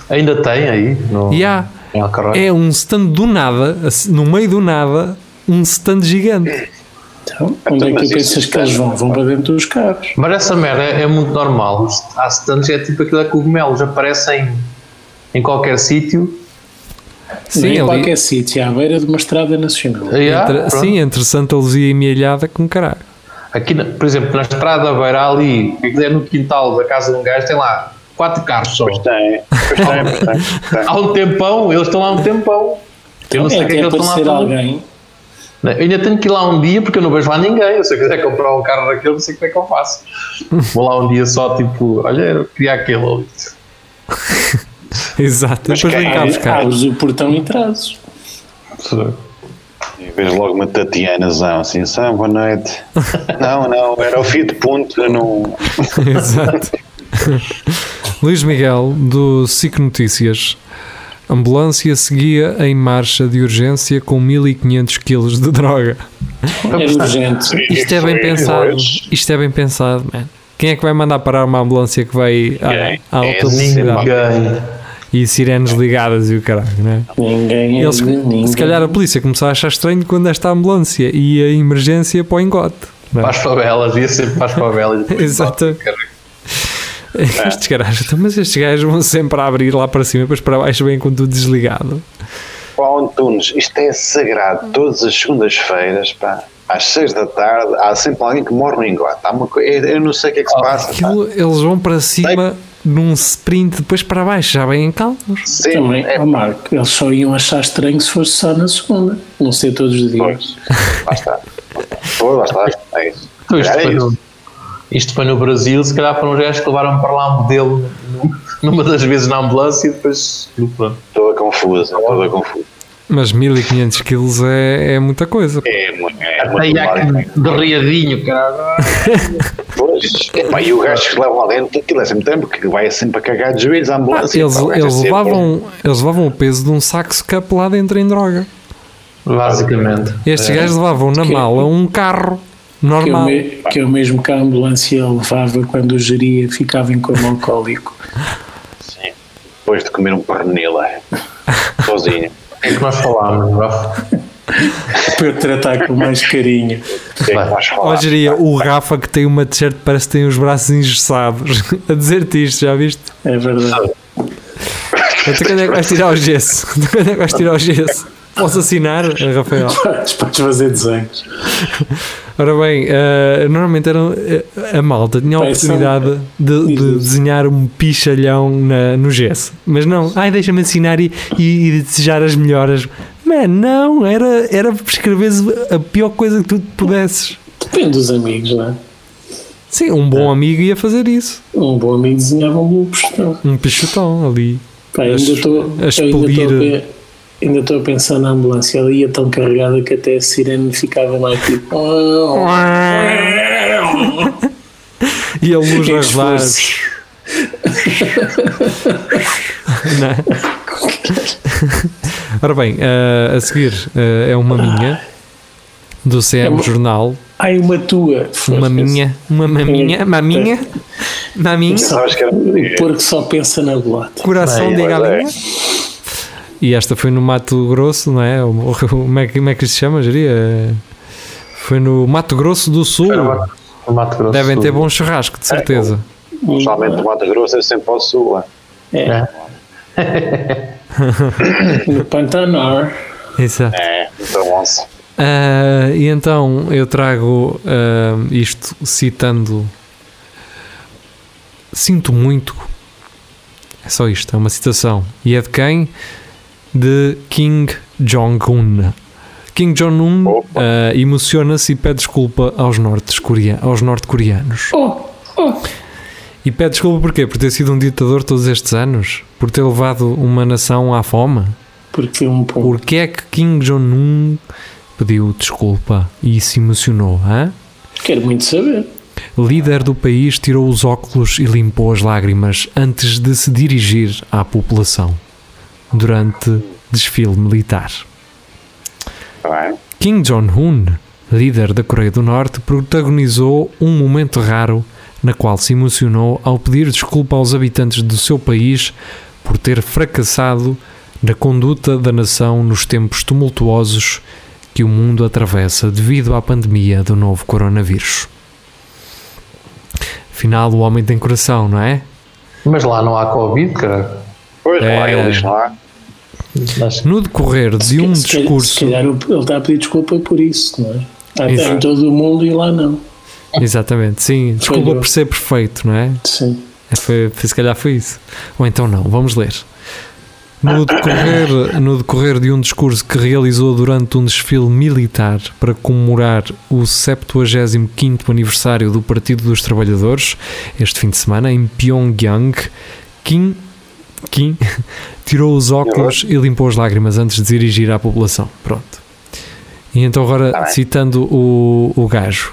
Speaker 5: Ainda tem aí? No,
Speaker 3: E há.
Speaker 5: Em Alcaróis?
Speaker 3: É um stand do nada, assim, no meio do nada, um stand gigante.
Speaker 2: Então, onde é que
Speaker 4: mas
Speaker 2: tu
Speaker 4: isso tá
Speaker 2: pensas que eles vão? Vão para dentro dos carros.
Speaker 5: Mas essa merda é, é muito normal. Há stands é tipo aquilo é cogumelos, aparecem em qualquer sítio.
Speaker 3: Sim,
Speaker 2: em
Speaker 3: ali-
Speaker 2: qualquer sítio, à beira de uma estrada nacional.
Speaker 5: Aí há,
Speaker 3: Entre-
Speaker 5: pronto.
Speaker 3: sim, entre Santa Luzia e Mielhada, com caralho.
Speaker 5: Aqui, na- por exemplo, na estrada beira ali, aquilo é no quintal da casa de um gajo, tem lá quatro carros só.
Speaker 4: Pois tem. Pois tem, pois tem. pois tem.
Speaker 5: Há um tempão, eles estão lá há um tempão. Eu não sei o
Speaker 2: é
Speaker 5: que é que
Speaker 2: até
Speaker 5: eles estão
Speaker 2: aparecer
Speaker 5: lá. a fazer.
Speaker 2: alguém.
Speaker 5: Não, Eu ainda tenho que ir lá um dia porque eu não vejo lá ninguém. Se eu quiser comprar um carro daquele, não sei como é que eu faço. Vou lá um dia só, tipo, olha, eu queria aquele ali.
Speaker 3: Exato,
Speaker 4: Mas
Speaker 3: depois
Speaker 4: quem- é?
Speaker 3: vem cá buscar.
Speaker 2: Abres o é, portão e trazes.
Speaker 4: E Vejo logo uma Tatianazão assim, Sam, boa noite. Não, não, era o fio de ponto, eu não.
Speaker 3: Exato. Luís Miguel, do SIC Notícias. Ambulância seguia em marcha de urgência com 1500 quilos de droga.
Speaker 2: É urgente.
Speaker 3: Isto é bem
Speaker 4: Foi-
Speaker 3: pensado.
Speaker 4: foi-
Speaker 3: Isto é bem pensado, man. Quem é que vai mandar parar uma ambulância que vai
Speaker 4: Ninguém.
Speaker 3: à, à
Speaker 4: É
Speaker 3: alta velocidade?
Speaker 5: Ninguém.
Speaker 3: E sirenes ligadas e o caralho, não é?
Speaker 2: Ninguém,
Speaker 3: Eles,
Speaker 2: ninguém.
Speaker 3: se calhar a polícia começou a achar estranho quando esta ambulância e a emergência para o engote. não é?
Speaker 5: Faz favelas, ia sempre faz favelas.
Speaker 3: Exato. Estes gajos, então, mas estes gajos vão sempre a abrir lá para cima, depois para baixo bem com tudo desligado.
Speaker 4: Paulo Antunes, isto é sagrado. Todas as segundas-feiras, pá, às seis da tarde, há sempre alguém que morre no engote. Há uma co... Eu eu não sei o que é que se passa. pá.
Speaker 3: Aquilo, eles vão para cima num sprint, depois para baixo, já bem em calmos.
Speaker 4: Sempre
Speaker 2: Também,
Speaker 4: é
Speaker 2: ó Marco, eles só iam achar estranho se fosse só na segunda, não ser todos os dias.
Speaker 4: Pois. Lá está. Pois, lá está. É isso.
Speaker 5: Então, isto,
Speaker 4: É
Speaker 5: foi
Speaker 4: isso.
Speaker 5: no, isto foi no Brasil, se calhar foram os gajos que levaram para lá um modelo num- numa das vezes na ambulância e depois. pronto.
Speaker 4: Toda confusa, toda confusa.
Speaker 3: Mas 1500 quilos é, é muita coisa.
Speaker 4: É, muito- é
Speaker 5: Aí
Speaker 4: muito
Speaker 5: há
Speaker 4: mal.
Speaker 5: aqui derriadinho, caralho.
Speaker 4: Pois, epá, e o gajo que leva lá dentro, aquilo é sempre tempo que vai sempre a cagar de joelhos à ambulância.
Speaker 3: Ah, Eles,
Speaker 4: pá, o gajo é
Speaker 3: eles,
Speaker 4: sempre-
Speaker 3: levavam, eles levavam o peso de um saxo cup lá dentro em droga.
Speaker 5: Basicamente.
Speaker 3: Estes
Speaker 4: É.
Speaker 3: gajos levavam na
Speaker 2: Que-
Speaker 3: mala um carro
Speaker 2: Que é, o
Speaker 3: normal.
Speaker 2: me- que é o mesmo que a ambulância levava quando o geria ficava em coma alcoólico.
Speaker 4: Depois de comer um pernila, sozinho.
Speaker 5: É o que nós falámos, Rafa.
Speaker 2: Para eu tratar com mais carinho.
Speaker 4: O que é que vais falar?
Speaker 3: Ó, geria, o Rafa que tem uma t-shirt parece que tem os braços engessados. A dizer-te isto, já viste?
Speaker 2: É verdade.
Speaker 3: Até quando é que vais tirar o gesso? Até quando é que vais tirar o gesso? Posso assinar, Rafael?
Speaker 2: Podes podes fazer desenhos.
Speaker 3: Ora bem, eh, normalmente eram, eh, a malta tinha a
Speaker 2: Bem, são-
Speaker 3: oportunidade de, de desenhar um pichalhão na- no gesso. Mas não, ai, deixa-me assinar e, e- e desejar as melhoras. Mas não, era, era prescrever a pior coisa que tu pudesses.
Speaker 2: Depende dos amigos, não é?
Speaker 3: Sim, um bom amigo ia fazer isso.
Speaker 2: Um bom amigo desenhava um bom postão.
Speaker 3: Um pichotão ali.
Speaker 2: Pá, ainda
Speaker 3: As-
Speaker 2: estou eu ainda
Speaker 3: as
Speaker 2: estou a
Speaker 3: polir-
Speaker 2: pe- ainda estou a pensar na ambulância. Ela ia tão carregada que até a sirene ficava lá tipo.
Speaker 3: E a luz a rodar.
Speaker 2: é Esforço.
Speaker 3: né? Ora bem, eh, a seguir eh, é uma minha do CM
Speaker 5: É
Speaker 2: uma-
Speaker 3: Jornal.
Speaker 2: Ai, uma tua.
Speaker 3: Uma minha, uma maminha, maminha, maminha,
Speaker 4: Sabes que era é,
Speaker 2: O porco só pensa na bolota.
Speaker 3: coração
Speaker 5: Bem,
Speaker 3: de
Speaker 4: pois
Speaker 3: galinha. E esta foi no Mato Grosso, não é? O- o- Como é que, como é que isto se chama, Jeria? Foi no Mato Grosso do Sul.
Speaker 5: No Mato- no Mato Grosso
Speaker 3: Devem
Speaker 5: do
Speaker 3: ter
Speaker 5: Sul.
Speaker 3: bom churrasco, de certeza.
Speaker 4: Principalmente o Mato Grosso é sempre ao sul. lá.
Speaker 2: É. no Pantanal.
Speaker 3: Exato.
Speaker 4: É, então 11.
Speaker 3: Ah, e então eu trago ah, isto citando. Sinto muito. É só isto, é uma citação. E é de quem? De King Jong-un. King Jong-un
Speaker 4: Opa.
Speaker 3: ah, emociona-se e pede desculpa aos norte-coreanos. Aos norte-coreanos.
Speaker 2: Oh, oh.
Speaker 3: E pede desculpa porquê? Por ter sido um ditador todos estes anos? Por ter levado uma nação à fome?
Speaker 2: Porque um pão.
Speaker 3: Porquê é que Kim Jong-un pediu desculpa e se emocionou? hã?
Speaker 2: Quero muito saber.
Speaker 3: Líder do país tirou os óculos e limpou as lágrimas antes de se dirigir à população durante desfile militar.
Speaker 4: Está tá bem?
Speaker 3: Kim Jong-un, líder da Coreia do Norte, protagonizou um momento raro na qual se emocionou ao pedir desculpa aos habitantes do seu país por ter fracassado na conduta da nação nos tempos tumultuosos que o mundo atravessa devido à pandemia do novo coronavírus. Afinal, o homem tem coração, não é?
Speaker 5: Mas lá não há Covid, cara.
Speaker 4: Pois,
Speaker 3: É.
Speaker 4: lá ele diz lá.
Speaker 5: Acho
Speaker 3: No decorrer de um
Speaker 2: é se, calhar- Se
Speaker 3: discurso.
Speaker 2: calhar o- ele está a pedir desculpa por isso, não é? Há
Speaker 3: Exato.
Speaker 2: em todo o mundo e lá não.
Speaker 3: Exatamente, sim. Desculpa
Speaker 2: é.
Speaker 3: por ser perfeito, não é?
Speaker 2: Sim.
Speaker 3: É, Foi, foi- se calhar foi isso. Ou então não, vamos ler. No decorrer, no decorrer de um discurso que realizou durante um desfile militar para comemorar o 75º aniversário do Partido dos Trabalhadores, este fim de semana, em Pyongyang, Kim, Kim tirou os óculos e limpou as lágrimas antes de dirigir à população. Pronto. E então agora, citando o, o gajo.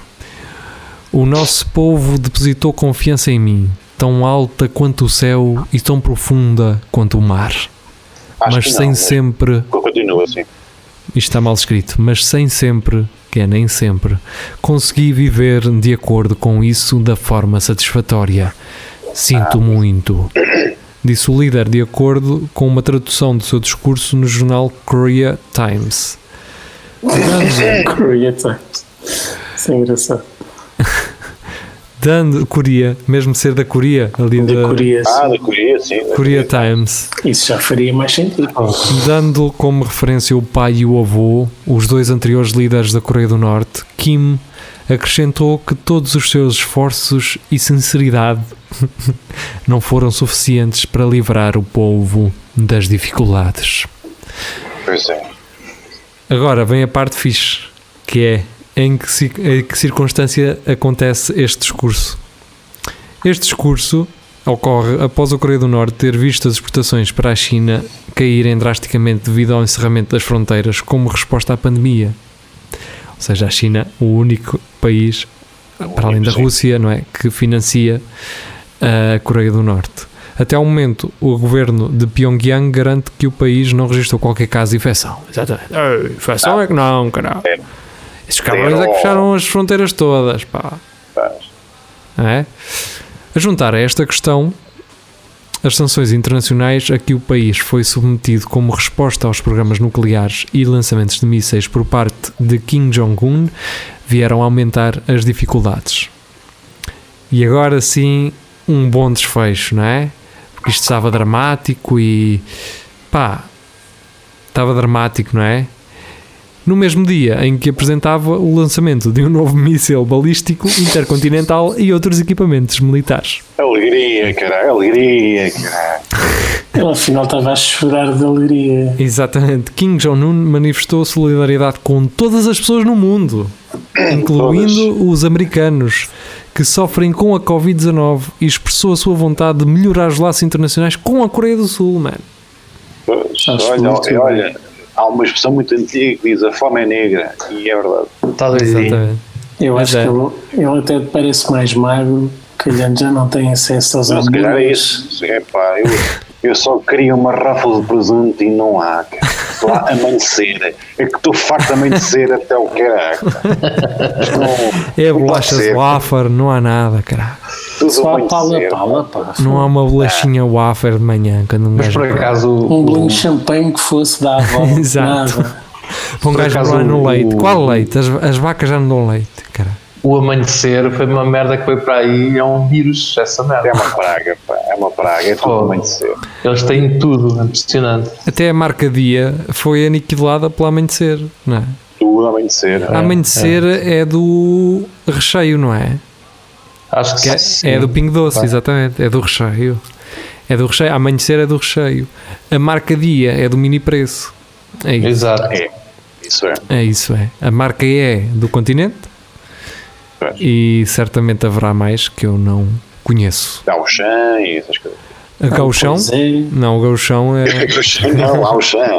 Speaker 3: O nosso povo depositou confiança em mim, tão alta quanto o céu e tão profunda quanto o mar.
Speaker 4: Acho
Speaker 3: mas
Speaker 4: que
Speaker 3: sem
Speaker 4: não, né?
Speaker 3: sempre,
Speaker 4: mas Continua assim.
Speaker 3: isto está mal escrito, mas sem sempre, que é nem sempre, consegui viver de acordo com isso da forma satisfatória.
Speaker 4: Ah.
Speaker 3: Sinto muito. Disse o líder de acordo com uma tradução do seu discurso no jornal Korea Times.
Speaker 2: Korea Times. tá. Isso é engraçado.
Speaker 3: Dando Coreia, mesmo ser da Coreia, ali
Speaker 2: Da
Speaker 3: da
Speaker 2: Coreia, sim.
Speaker 4: Ah, da Coreia, sim. da
Speaker 3: Korea Times.
Speaker 2: Isso já faria mais sentido.
Speaker 3: Ah. dando como referência o pai e o avô, os dois anteriores líderes da Coreia do Norte, Kim acrescentou que todos os seus esforços e sinceridade não foram suficientes para livrar o povo das dificuldades.
Speaker 4: Pois é.
Speaker 3: Agora vem a parte fixe, que é em que, ci- em que circunstância acontece este discurso. Este discurso ocorre após a Coreia do Norte ter visto as exportações para a China caírem drasticamente devido ao encerramento das fronteiras como resposta à pandemia. Ou seja, a China, o único país, para além da
Speaker 4: sim.
Speaker 3: Rússia, não é, que financia ah, a Coreia do Norte. Até ao momento, o governo de Pyongyang garante que o país não registrou qualquer caso de infecção. Exatamente. Ei, infecção é que não, caralho.
Speaker 4: É.
Speaker 3: Esses cabrões é que
Speaker 4: Zero.
Speaker 3: fecharam as fronteiras todas, pá.
Speaker 4: Pois.
Speaker 3: Não é? A juntar a esta questão as sanções internacionais a que o país foi submetido como resposta aos programas nucleares e lançamentos de mísseis por parte de Kim Jong-un vieram aumentar as dificuldades. E agora sim, um bom desfecho, não é? Porque isto estava dramático e. pá. estava dramático, não é? No mesmo dia em que apresentava o lançamento de um novo míssil balístico intercontinental e outros equipamentos militares.
Speaker 4: Alegria, caralho, alegria, caralho.
Speaker 2: Ele afinal estava a chorar de alegria.
Speaker 3: Exatamente. Kim Jong-un manifestou solidariedade com todas as pessoas no mundo, incluindo os americanos, que sofrem com a Covid-19 e expressou a sua vontade de melhorar os laços internacionais com a Coreia do Sul, mano.
Speaker 4: Pois,
Speaker 2: Acho
Speaker 4: olha,
Speaker 2: muito bem.
Speaker 4: olha, há uma expressão muito antiga que diz a fome é negra, e é verdade.
Speaker 5: Tá que talvez sim.
Speaker 3: Exatamente.
Speaker 2: Eu
Speaker 3: Mas
Speaker 2: acho
Speaker 3: é.
Speaker 2: que ele, ele até parece mais magro calhando já não têm acesso aos
Speaker 4: Não, se calhar é
Speaker 2: hambúrgueres.
Speaker 4: isso. É pá, eu, eu só queria uma ráfula de presunto e não há. cara. Estou a amanhecer. É que estou farto de amanhecer até o é caraca. Estou-
Speaker 3: É
Speaker 4: não
Speaker 3: bolacha
Speaker 4: pode
Speaker 3: de
Speaker 4: ser,
Speaker 3: wafer, não há nada, caralho.
Speaker 4: tudo
Speaker 2: Só a pala,
Speaker 4: amanhecer.
Speaker 2: pala, pá.
Speaker 3: Não há uma bolachinha wafer de manhã quando um
Speaker 5: Mas
Speaker 3: gajo.
Speaker 5: por acaso.
Speaker 2: Um
Speaker 5: o-
Speaker 2: bolinho de champanhe que fosse da avó.
Speaker 3: Exato.
Speaker 2: Nada.
Speaker 3: Para um
Speaker 5: por
Speaker 3: gajo
Speaker 5: acaso
Speaker 3: lá no
Speaker 5: o-
Speaker 3: leite. Qual leite? As, as vacas já não dão leite, cara.
Speaker 5: o amanhecer foi uma merda que foi para aí, é um vírus, essa merda.
Speaker 4: É uma praga, pá. É uma praga. É tudo
Speaker 5: Oh.
Speaker 4: amanhecer.
Speaker 5: Eles têm tudo, é impressionante.
Speaker 3: Até a marca dia foi aniquilada pelo amanhecer, não é?
Speaker 4: Tudo amanhecer.
Speaker 3: Ah, amanhecer é. do recheio, não é?
Speaker 5: Acho que,
Speaker 3: Que é,
Speaker 5: Ah, sim.
Speaker 3: é do pingo doce,
Speaker 5: Pá.
Speaker 3: exatamente. É do recheio. É do recheio. Amanhecer é do recheio. A marca dia é do mini preço. É isso.
Speaker 5: Exato.
Speaker 4: É. Isso é.
Speaker 3: É isso, é. A marca é do continente
Speaker 4: Pois.
Speaker 3: e certamente haverá mais que eu não conheço.
Speaker 4: Há o chão e essas coisas.
Speaker 3: A gauchão?
Speaker 2: Pois é.
Speaker 3: Não, o gauchão é...
Speaker 4: Não, há o chão. Há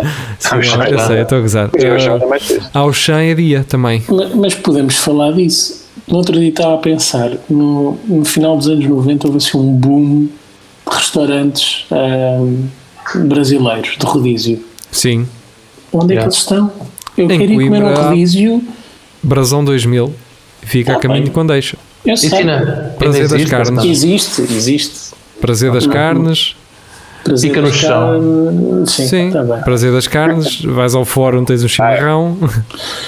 Speaker 3: Sim,
Speaker 4: o chão.
Speaker 3: eu sei, eu estou a gozar. Ah,
Speaker 4: Mas é o chão também fez.
Speaker 3: Auchan é dia também.
Speaker 2: Ma- Mas podemos falar disso. No outro dia estava a pensar, no, no final dos anos 90 houve assim um boom de restaurantes ahm, brasileiros, de rodízio.
Speaker 3: Sim.
Speaker 2: Onde é
Speaker 5: Yeah.
Speaker 2: que eles estão? Eu
Speaker 3: Em
Speaker 2: queria comer um
Speaker 3: Coimbra.
Speaker 2: rodízio,
Speaker 3: Brasão 2000 fica a
Speaker 2: Ah,
Speaker 3: caminho
Speaker 2: bem.
Speaker 3: quando deixa.
Speaker 2: eu sei.
Speaker 5: Isso né? ainda, ainda
Speaker 3: Prazer das
Speaker 5: existe,
Speaker 3: carnes.
Speaker 5: não.
Speaker 2: Existe, existe.
Speaker 3: Prazer das carnes.
Speaker 2: Prazer
Speaker 5: Fica no
Speaker 2: de estar- Sim, Ah,
Speaker 3: Sim.
Speaker 2: está bem.
Speaker 3: Prazer das carnes. Vais ao fórum, tens um chimarrão.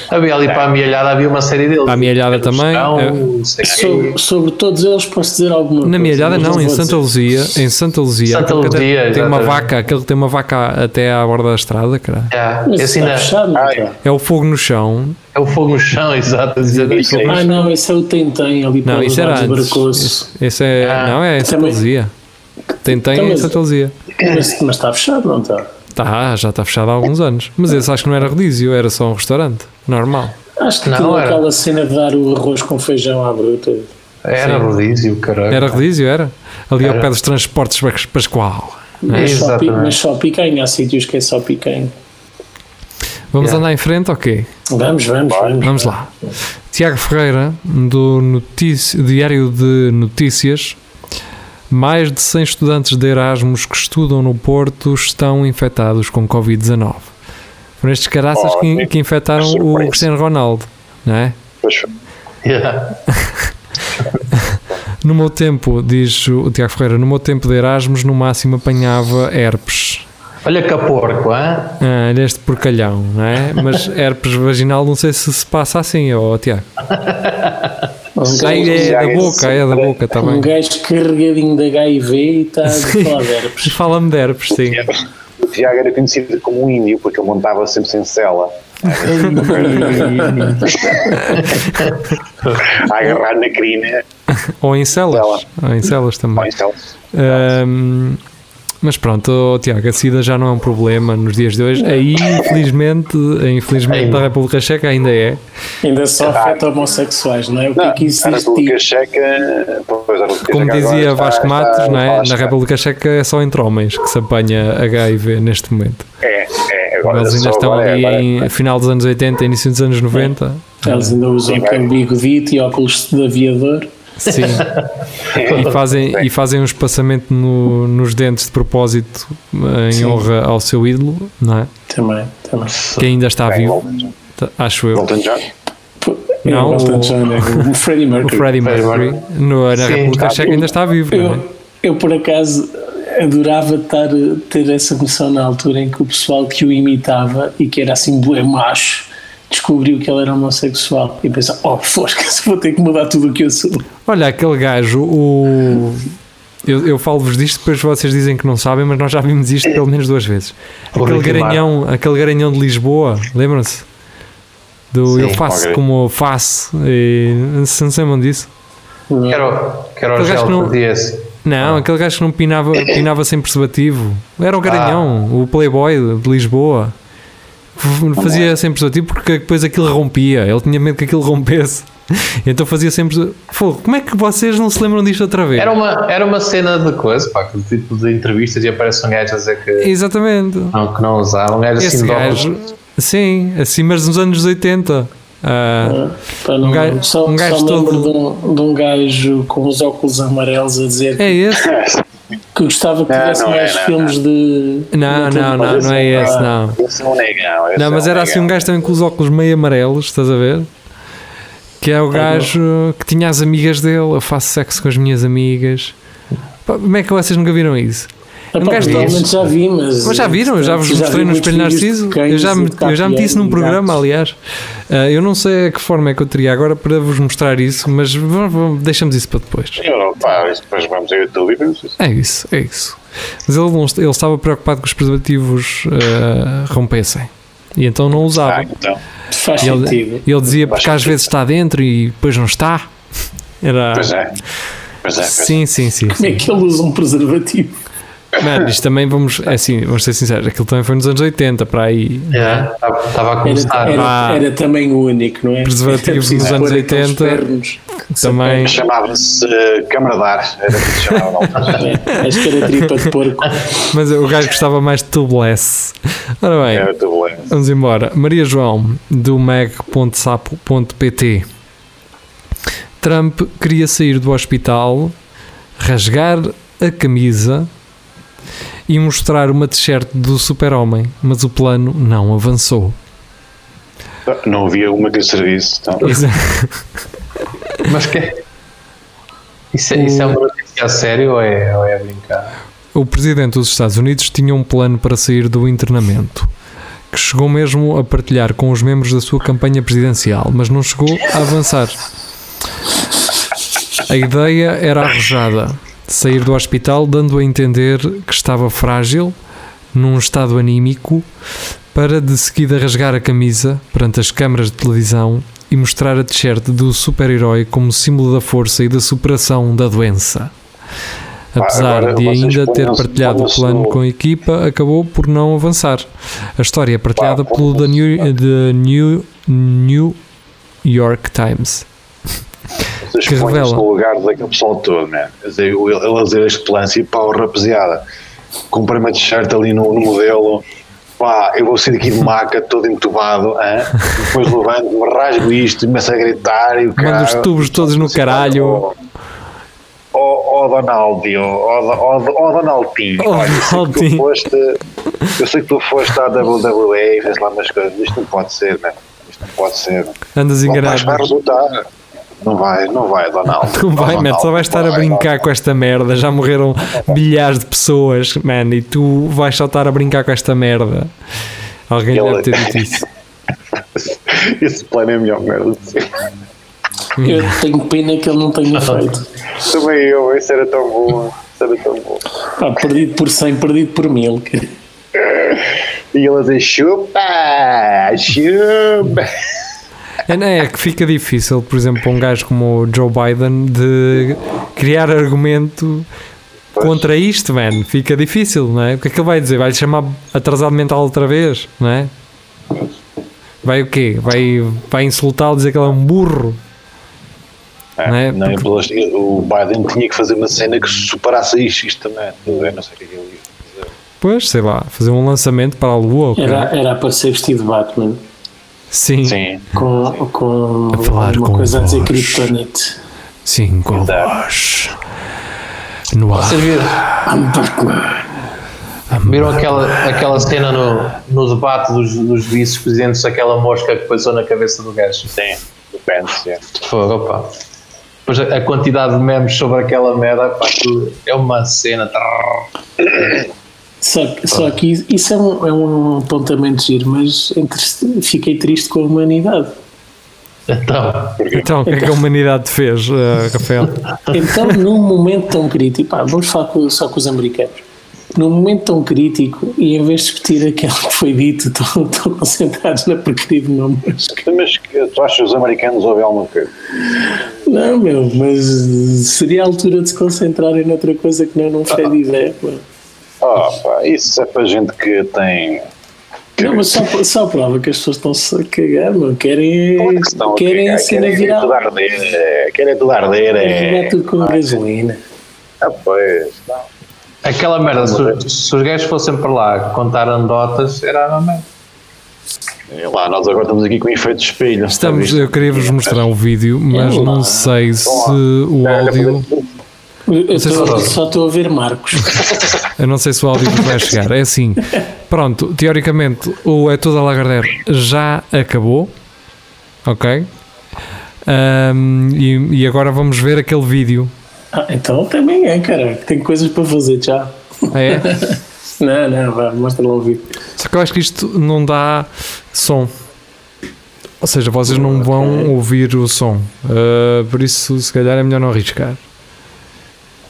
Speaker 5: Havia ali para a mielhada, havia uma série deles.
Speaker 3: Para a mielhada
Speaker 5: Era o
Speaker 3: também,
Speaker 5: Chão,
Speaker 3: é-
Speaker 5: não sei o quê.
Speaker 2: Sobre, sobre todos eles posso dizer alguma coisa.
Speaker 3: Na minha idade
Speaker 2: mas
Speaker 3: não, em
Speaker 2: vou
Speaker 3: Santa
Speaker 2: dizer.
Speaker 3: Luzia, em Santa Luzia,
Speaker 5: Santa
Speaker 3: aquele que até
Speaker 5: Luzia,
Speaker 3: tem uma
Speaker 5: exatamente.
Speaker 3: vaca, aquele que tem uma vaca até à borda da estrada, cara.
Speaker 5: Já,
Speaker 2: Mas
Speaker 5: esse
Speaker 2: isso
Speaker 5: ainda-
Speaker 2: está fechado, não
Speaker 4: Ah,
Speaker 2: está?
Speaker 3: É o fogo no chão.
Speaker 5: assim, né? é o fogo no chão, exato. exatamente.
Speaker 4: Isso é
Speaker 2: Ah, não, esse é o Tentem ali
Speaker 3: Não,
Speaker 2: pelos
Speaker 3: isso era
Speaker 2: lados do
Speaker 3: antes.
Speaker 2: Bracoso.
Speaker 3: Esse, esse é,
Speaker 5: Ah,
Speaker 3: não, é em Santa
Speaker 2: também.
Speaker 3: Luzia. Tem,
Speaker 2: Então,
Speaker 3: tem em
Speaker 2: mas-
Speaker 3: Santa Luzia.
Speaker 2: Mas, mas está fechado, não está?
Speaker 3: Tá, já está fechado há alguns anos. Mas esse acho que não era rodízio, era só um restaurante. Normal.
Speaker 2: Acho que
Speaker 5: Não,
Speaker 2: aquilo é
Speaker 5: era.
Speaker 2: aquela cena de dar o arroz com feijão à bruta.
Speaker 5: É, Era rodízio, caralho.
Speaker 3: Era rodízio, era? Ali ao
Speaker 5: Era.
Speaker 3: pé dos transportes Pas- Pascoal.
Speaker 2: Mas, só, pi-
Speaker 5: Exatamente.
Speaker 2: mas só picanha, há sítios que é só picanha.
Speaker 3: Vamos
Speaker 5: Yeah.
Speaker 3: andar em frente? Ok,
Speaker 2: Vamos, vamos, vamos.
Speaker 3: vamos lá. Tiago Ferreira, do notíci- Diário de Notícias. Mais de 100 estudantes de Erasmus que estudam no Porto estão infectados com Covid-19. Foram estes caraças que,
Speaker 4: Ótimo.
Speaker 3: que infectaram o
Speaker 4: Surpresa.
Speaker 3: Cristiano Ronaldo, não é?
Speaker 4: Pois foi.
Speaker 5: Yeah.
Speaker 3: No meu tempo, diz o Tiago Ferreira, no meu tempo de Erasmus, no máximo apanhava herpes.
Speaker 5: Olha que a porco, hã?
Speaker 3: Ah, neste porcalhão, não é? Mas herpes vaginal, não sei se se passa assim, ó Tiago. Ah,
Speaker 2: Um gajo,
Speaker 3: é
Speaker 4: já
Speaker 3: da
Speaker 4: é
Speaker 3: boca, é da
Speaker 4: super-
Speaker 3: boca, está
Speaker 2: um
Speaker 3: bem.
Speaker 2: gajo carregadinho de HIV e está a falar de herpes.
Speaker 3: E Fala-me de herpes, sim.
Speaker 4: É. O Tiago era conhecido como um índio, porque ele montava sempre sem cela. a agarrar na crina.
Speaker 3: Ou em celas. Ou em celas
Speaker 4: Bom,
Speaker 3: também.
Speaker 4: então,
Speaker 3: Ahm, mas pronto, ó, Tiago, a SIDA já não é um problema nos dias de hoje. Aí, infelizmente, infelizmente
Speaker 5: Ainda.
Speaker 3: na República Checa ainda é.
Speaker 2: Ainda só afeta homossexuais, não é? O que
Speaker 4: não,
Speaker 2: é que isso
Speaker 4: a
Speaker 2: diz de
Speaker 4: República
Speaker 2: ti?
Speaker 4: Checa, pois, a República
Speaker 3: Como
Speaker 4: Checa
Speaker 3: dizia
Speaker 4: agora está-
Speaker 3: Vasco
Speaker 4: está-
Speaker 3: Matos, não é?
Speaker 4: fala-
Speaker 3: na República Checa é só entre homens que se apanha HIV neste momento.
Speaker 4: É, é, agora
Speaker 3: Eles ainda
Speaker 4: só
Speaker 3: estão
Speaker 4: agora,
Speaker 3: ali
Speaker 4: agora. é
Speaker 3: em final dos anos 80, início dos anos 90.
Speaker 2: Eles ainda usam aquele bigodito e óculos de aviador.
Speaker 3: Sim. E fazem, e fazem um espaçamento no- nos dentes de propósito em honra ao seu ídolo, não é?
Speaker 2: Também, também.
Speaker 3: Que ainda está
Speaker 4: Bem,
Speaker 3: vivo,
Speaker 4: Elton John.
Speaker 3: t- acho eu.
Speaker 4: Elton John.
Speaker 2: Eu
Speaker 3: Não,
Speaker 2: gosto
Speaker 3: o-
Speaker 2: tanto de John Lennon. O Freddie
Speaker 3: O
Speaker 2: Mercury.
Speaker 3: Freddie Mercury no, na
Speaker 5: Sim,
Speaker 3: República
Speaker 5: está
Speaker 3: Checa ainda está vivo, não é?
Speaker 2: Eu, eu por acaso adorava estar, ter essa noção na altura em que o pessoal que o imitava e que era assim bué macho descobriu que ele era homossexual e pensava, oh fosca-se, vou ter que mudar tudo o que eu sou.
Speaker 3: Olha, aquele gajo, o. Eu, eu falo-vos disto, depois vocês dizem que não sabem, mas nós já vimos isto pelo menos duas vezes.
Speaker 5: O
Speaker 3: Aquele
Speaker 5: Ricky
Speaker 3: garanhão, aquele garanhão de Lisboa, lembram-se? Do
Speaker 5: Sim,
Speaker 3: eu faço
Speaker 4: ok.
Speaker 3: como eu faço, e não se não se lembram disso.
Speaker 5: Quero, quero o
Speaker 3: Mas acho
Speaker 5: gel
Speaker 3: que não-
Speaker 5: que fazia esse.
Speaker 3: Não, aquele gajo que não pinava, pinava sem preservativo. Era o Garanhão, o Playboy de Lisboa. F- Fazia sem preservativo porque depois aquilo rompia. Ele tinha medo que aquilo rompesse. Então fazia sempre. Fogo, como é que vocês não se lembram disto outra vez?
Speaker 5: Era um uma, era uma cena de coisa, pá, aquele tipo de entrevistas e aparece um gajo a dizer que
Speaker 3: Exatamente.
Speaker 5: não, que não usava, um gajo
Speaker 3: Esse
Speaker 5: assim de óculos.
Speaker 3: gajo. Sim, assim, mas nos anos 80. Ah,
Speaker 2: Para não-
Speaker 3: Um gajo-
Speaker 2: só
Speaker 3: um gajo
Speaker 2: só me lembro
Speaker 3: todo-
Speaker 2: de, um, de um gajo com os óculos amarelos a dizer
Speaker 3: é esse?
Speaker 2: que gostava que
Speaker 4: Não,
Speaker 2: tivesse
Speaker 4: não é,
Speaker 2: mais
Speaker 4: não,
Speaker 2: filmes de.
Speaker 3: Não,
Speaker 2: de-
Speaker 3: não, não, não é esse,
Speaker 2: ah,
Speaker 3: não.
Speaker 4: Esse é um negão. esse
Speaker 3: Não, mas
Speaker 4: é
Speaker 3: era assim um gajo também com os óculos meio amarelos, estás a ver? Que é o gajo que tinha as amigas dele, eu faço sexo com as minhas amigas. Pá, Como é que vocês nunca viram isso?
Speaker 2: Epá,
Speaker 3: Um gajo
Speaker 2: provavelmente já vi, mas.
Speaker 3: Mas já viram, eu já vos mostrei no
Speaker 2: muitos
Speaker 3: Espelho
Speaker 2: vídeos de
Speaker 3: Narciso. Eu
Speaker 2: cães
Speaker 3: já,
Speaker 2: e
Speaker 3: me-
Speaker 2: de
Speaker 3: eu já meti isso num
Speaker 2: capiais e
Speaker 3: programa,
Speaker 2: gatos.
Speaker 3: aliás. Ah, eu não sei a que forma é que eu teria agora para vos mostrar isso, mas v- v- deixamos isso para depois.
Speaker 4: Eu não, pá, isso depois vamos ao YouTube e vemos isso.
Speaker 3: É isso, é isso. Mas ele, não- ele estava preocupado que os preservativos ah, rompessem. E então não
Speaker 4: Ah,
Speaker 3: usava.
Speaker 4: então.
Speaker 2: Faz
Speaker 3: E
Speaker 2: sentido.
Speaker 3: ele, ele dizia porque às vezes está dentro e depois não está. Era.
Speaker 4: Pois é. Pois é. Pois é.
Speaker 3: Sim, sim, sim.
Speaker 2: Como é
Speaker 3: sim.
Speaker 2: que ele usa um preservativo?
Speaker 3: Mano, isto também vamos, é assim, vamos ser sinceros, aquilo também foi nos anos 80, para aí.
Speaker 5: Estava a começar.
Speaker 2: Era,
Speaker 3: vá.
Speaker 2: era, era também único, não é?
Speaker 3: Ah. Preservativo
Speaker 2: Era preciso
Speaker 3: dos anos
Speaker 2: pôr aqueles
Speaker 3: 80.
Speaker 2: pernos.
Speaker 3: Também.
Speaker 4: Chamava-se eh, Câmara de Ar. Era o que se chamava. na altura.
Speaker 2: É, Acho que era tripa de porco.
Speaker 3: Mas o gajo gostava mais de tubeless. Ora bem,
Speaker 4: Era o tabuleiro.
Speaker 3: vamos embora. Maria João, do mag.sapo.pt Trump queria sair do hospital, rasgar a camisa e mostrar uma t-shirt do super-homem, mas o plano não avançou.
Speaker 4: Não havia uma de serviço. Então.
Speaker 3: Isso-
Speaker 5: Mas que isso, é- isso é uma notícia a sério ou é, ou é a brincar?
Speaker 3: O presidente dos Estados Unidos tinha um plano para sair do internamento, que chegou mesmo a partilhar com os membros da sua campanha presidencial, mas não chegou a avançar. A ideia era arrojada: sair do hospital dando a entender que estava frágil, num estado anímico, para de seguida rasgar a camisa perante as câmaras de televisão e mostrar a t-shirt do super-herói como símbolo da força e da superação da doença.
Speaker 4: Pá,
Speaker 3: Apesar
Speaker 4: agora
Speaker 3: de
Speaker 4: vocês
Speaker 3: ainda ter
Speaker 4: ponham-se-
Speaker 3: partilhado o
Speaker 4: ponham-se
Speaker 3: plano
Speaker 4: no-
Speaker 3: com a equipa, acabou por não avançar. A história é partilhada
Speaker 4: Pá,
Speaker 3: pelo The New,
Speaker 4: ponham-se-
Speaker 3: The New, New York Times.
Speaker 4: Vocês
Speaker 3: Que
Speaker 4: põem-se
Speaker 3: revela.
Speaker 4: no lugar daquele pessoal todo, né? Quer dizer, o- Ele a dizer este lance e pá, o rapaziada, comprei uma t-shirt ali no, no modelo, pá, eu vou sair aqui de maca, todo entubado, hã? depois levanto-me, rasgo isto, começo a gritar e o cara.
Speaker 3: Manda os tubos todos no caralho.
Speaker 4: Ó oh, Donaldi, ó oh, Donaldinho,
Speaker 3: Ó,
Speaker 4: olha, eu sei que tu
Speaker 3: Donaldinho.
Speaker 4: foste- eu sei que tu foste à WWE e fez lá umas coisas, isto não pode ser, né? isto não pode ser. né?
Speaker 3: Andas
Speaker 4: Não vai,
Speaker 3: enganado.
Speaker 4: vai resultar. Não vai, não vai, Donaldo.
Speaker 3: Não vai,
Speaker 4: Donaldo,
Speaker 3: man, só vais estar a
Speaker 4: vai,
Speaker 3: brincar com esta merda. Já morreram milhares de pessoas, man, e tu vais só estar a brincar com esta merda. Alguém
Speaker 4: Ele- é
Speaker 3: deve ter dito isso.
Speaker 4: Donaldo. Esse plano é a melhor merda. de sempre.
Speaker 2: Eu tenho pena que ele não tenha feito.
Speaker 4: Também eu, isso era tão bom. Isso era tão bom.
Speaker 2: Pá, perdido por 100, perdido por 1000. cara.
Speaker 4: E ele a dizer: chupa, chupa.
Speaker 3: É, não, é que fica difícil, por exemplo, para um gajo como o Joe Biden de criar argumento contra isto, man. Fica difícil, não é? O que é que ele vai dizer? Vai-lhe chamar atrasado mental outra vez, não é? Vai o quê? Vai, vai insultá-lo, dizer que ele é um burro. Não é?
Speaker 4: Não, eu acho que o Biden tinha que fazer uma cena que superasse isto, isto também. Eu não sei o que é que ele ia fazer.
Speaker 3: Pois, sei lá, fazer um lançamento para a lua. ou o quê?
Speaker 2: Era, era para ser vestido de Batman.
Speaker 3: Sim, sim,
Speaker 4: Sim.
Speaker 2: Com, com
Speaker 3: A falar
Speaker 2: alguma
Speaker 3: com
Speaker 2: coisa a dizer
Speaker 3: voz.
Speaker 2: Kryptonite.
Speaker 3: com a
Speaker 4: Exato.
Speaker 3: voz. No ar.
Speaker 5: Vocês viram,
Speaker 3: Ah,
Speaker 2: Hum.
Speaker 5: viram aquela, aquela cena no, no debate dos, dos vice-presidentes, aquela mosca que passou na cabeça do gajo?
Speaker 4: Sim. Depende, sim.
Speaker 5: Fogo, opa. Pois a, a quantidade de memes sobre aquela merda, pá, aquilo é uma cena. Trrr.
Speaker 2: Só, que- só que isso- isso é um, é um apontamento giro, mas entre- fiquei triste com a humanidade.
Speaker 5: Então,
Speaker 3: Então, o que é que a humanidade te fez, eh, Rafael?
Speaker 2: Então, num momento tão crítico, pá, vamos falar com- só com os americanos. Num momento tão crítico, e em vez de discutir aquilo que foi dito, estão, estão concentrados na porcaria de números.
Speaker 4: Mas que- tu achas que os americanos ouvem alguma coisa?
Speaker 2: Não, meu, mas seria a altura de se concentrarem noutra coisa que não, não sei
Speaker 3: Ah.
Speaker 2: de ideia. pá.
Speaker 4: Oh, pá, isso é para gente que tem.
Speaker 2: Não, mas só, só prova que as pessoas estão-se a cagar, não querem,
Speaker 4: assim,
Speaker 2: querem é
Speaker 4: é
Speaker 2: a cena viral.
Speaker 4: Querem tudo arder, é, querem tudo arder.
Speaker 2: Jogar
Speaker 4: é.
Speaker 2: tudo com gasolina.
Speaker 4: Ah, pois. não.
Speaker 5: aquela merda, se, os- se os gajos fossem para lá contar anedotas, era a mesma merda.
Speaker 4: É lá, nós agora estamos aqui com efeito de espelho.
Speaker 3: Estamos,
Speaker 4: Está
Speaker 3: eu queria vos mostrar o vídeo, mas
Speaker 2: Olá.
Speaker 3: não sei se o áudio.
Speaker 4: visto?
Speaker 2: Eu, eu
Speaker 3: Vocês
Speaker 2: tô-
Speaker 3: falaram.
Speaker 2: só estou a ouvir Marcos.
Speaker 3: Eu não sei se o áudio vos vai chegar. É assim. Pronto, teoricamente o É Tudo a Lagardère já acabou. Ok? Ahm, e, e agora vamos ver aquele vídeo.
Speaker 2: Ah, então também é, cara. Tem coisas para fazer já.
Speaker 3: É?
Speaker 2: Não, não, vá, mostra lá o vídeo.
Speaker 3: Só que eu acho que isto não dá som. Ou seja, vocês não vão ouvir o som. Ah, por isso, se calhar é melhor não arriscar.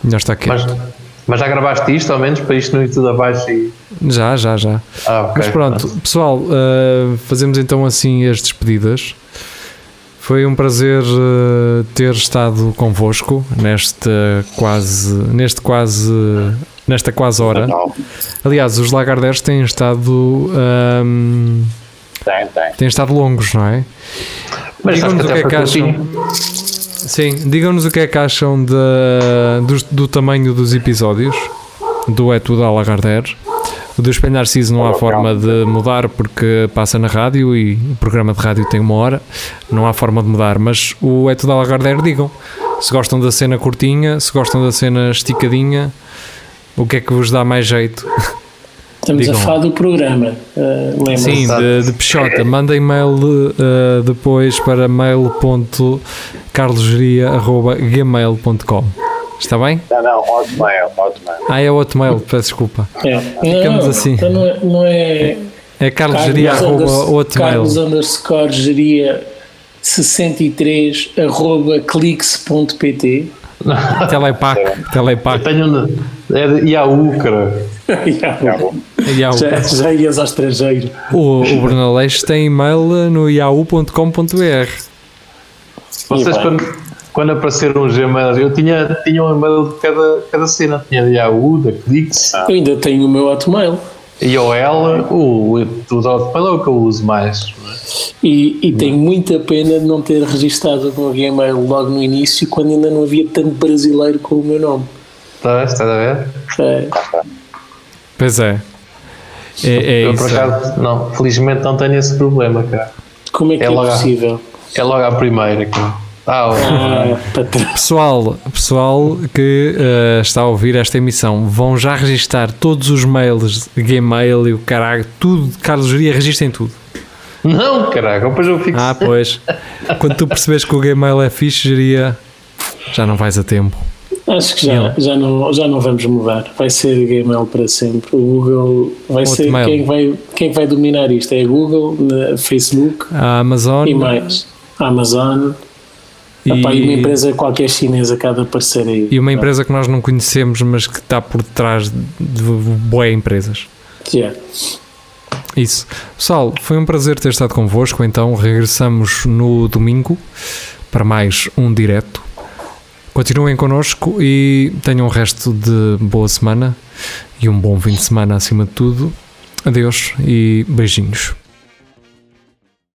Speaker 3: Melhor estar
Speaker 5: Mas,
Speaker 3: quieto.
Speaker 5: mas já gravaste isto, ao menos, para isto no YouTube abaixo e.
Speaker 3: Já, já, já.
Speaker 5: Ah, ok.
Speaker 3: Mas pronto, pessoal, uh, fazemos então assim as despedidas. Foi um prazer uh, ter estado convosco nesta quase, neste quase, nesta quase hora.
Speaker 4: Não,
Speaker 3: Aliás, os lagardeiros têm estado, um,
Speaker 4: tem, tem.
Speaker 3: têm estado longos, não é?
Speaker 5: Mas acho
Speaker 3: Digam-nos
Speaker 5: que
Speaker 3: o que
Speaker 5: até
Speaker 3: é que
Speaker 5: foi
Speaker 3: acham.
Speaker 5: curtinho.
Speaker 3: Sim, digam-nos o que é que acham da- dos- do, tamanho dos episódios do É Tudo à Lagardère. O do Espelho Narciso não há forma de mudar porque passa na rádio e o programa de rádio tem uma hora, não há forma de mudar. Mas o É Tudo à Lagardère, digam se gostam da cena curtinha, se gostam da cena esticadinha, o que é que vos dá mais jeito?
Speaker 2: Estamos
Speaker 3: Digam
Speaker 2: a
Speaker 3: lá.
Speaker 2: falar do programa. eh, Lembra?
Speaker 3: Sim, de, de Peixota. Manda e-mail eh, depois para mail.carlosgeria.gmail.com Está bem?
Speaker 4: Não, não, hotmail, hotmail.
Speaker 3: Ah, é o outro mail, peço desculpa.
Speaker 2: É.
Speaker 3: Ficamos
Speaker 2: não,
Speaker 3: assim.
Speaker 2: Então não, é- não é.
Speaker 3: É carlosgeria.outmail.
Speaker 2: Carlos underscore geria 63 arroba clix.pt
Speaker 3: Telepac, telepac.
Speaker 5: Tenho um. É de Yahoo, cara.
Speaker 3: Ah,
Speaker 2: Yahoo.
Speaker 3: Yahoo.
Speaker 2: já, já ias ao estrangeiro.
Speaker 3: O, o Bruno Aleixo tem e-mail no yahoo.com.br.
Speaker 5: Vocês,
Speaker 2: bem.
Speaker 5: quando, quando apareceram os e-mails, eu tinha, tinha um e-mail de cada, cada cena. Tinha de Yahoo, da Clix,
Speaker 2: Eu ainda tenho o meu Hotmail.
Speaker 5: IOL, o, o, o Hotmail é o que eu uso mais. é?
Speaker 2: E, e tenho muita pena de não ter registado o meu Gmail logo no início, quando ainda não havia tanto brasileiro com o meu nome.
Speaker 5: Está, está Tá, a ver?
Speaker 2: É,
Speaker 3: Pois é. É, é
Speaker 5: eu, por
Speaker 3: isso.
Speaker 5: acaso, não, felizmente não tenho esse problema, cara.
Speaker 2: como é que
Speaker 5: É
Speaker 2: é,
Speaker 5: logo a-
Speaker 2: possível?
Speaker 5: É logo à primeira, cara. Ah,
Speaker 2: Ah, para trás.
Speaker 3: Pessoal, pessoal que eh, está a ouvir esta emissão, vão já registar todos os mails, Gmail e o caralho, tudo, Carlos Juria, registrem tudo.
Speaker 5: Não, caraca, depois eu fico.
Speaker 3: Ah, pois. Quando tu percebes que o Gmail é fixe, Juria, já não vais a tempo.
Speaker 2: Acho que já, já, não, é? já não vamos mudar. Vai ser Gmail para sempre. O Google vai ser
Speaker 3: Hotmail.
Speaker 2: quem vai, quem vai dominar isto. É Google, né, Facebook
Speaker 3: A Amazon
Speaker 2: e mais. Amazon.
Speaker 3: e-
Speaker 2: Epá, E uma empresa qualquer chinesa que há de aparecer aí.
Speaker 3: e uma empresa que nós não conhecemos, mas que está por trás de boé empresas.
Speaker 2: Yeah.
Speaker 3: Isso. Pessoal, foi um prazer ter estado convosco. Então, regressamos no domingo para mais um direto. Continuem connosco e tenham o resto de boa semana e um bom fim de semana acima de tudo. Adeus e beijinhos.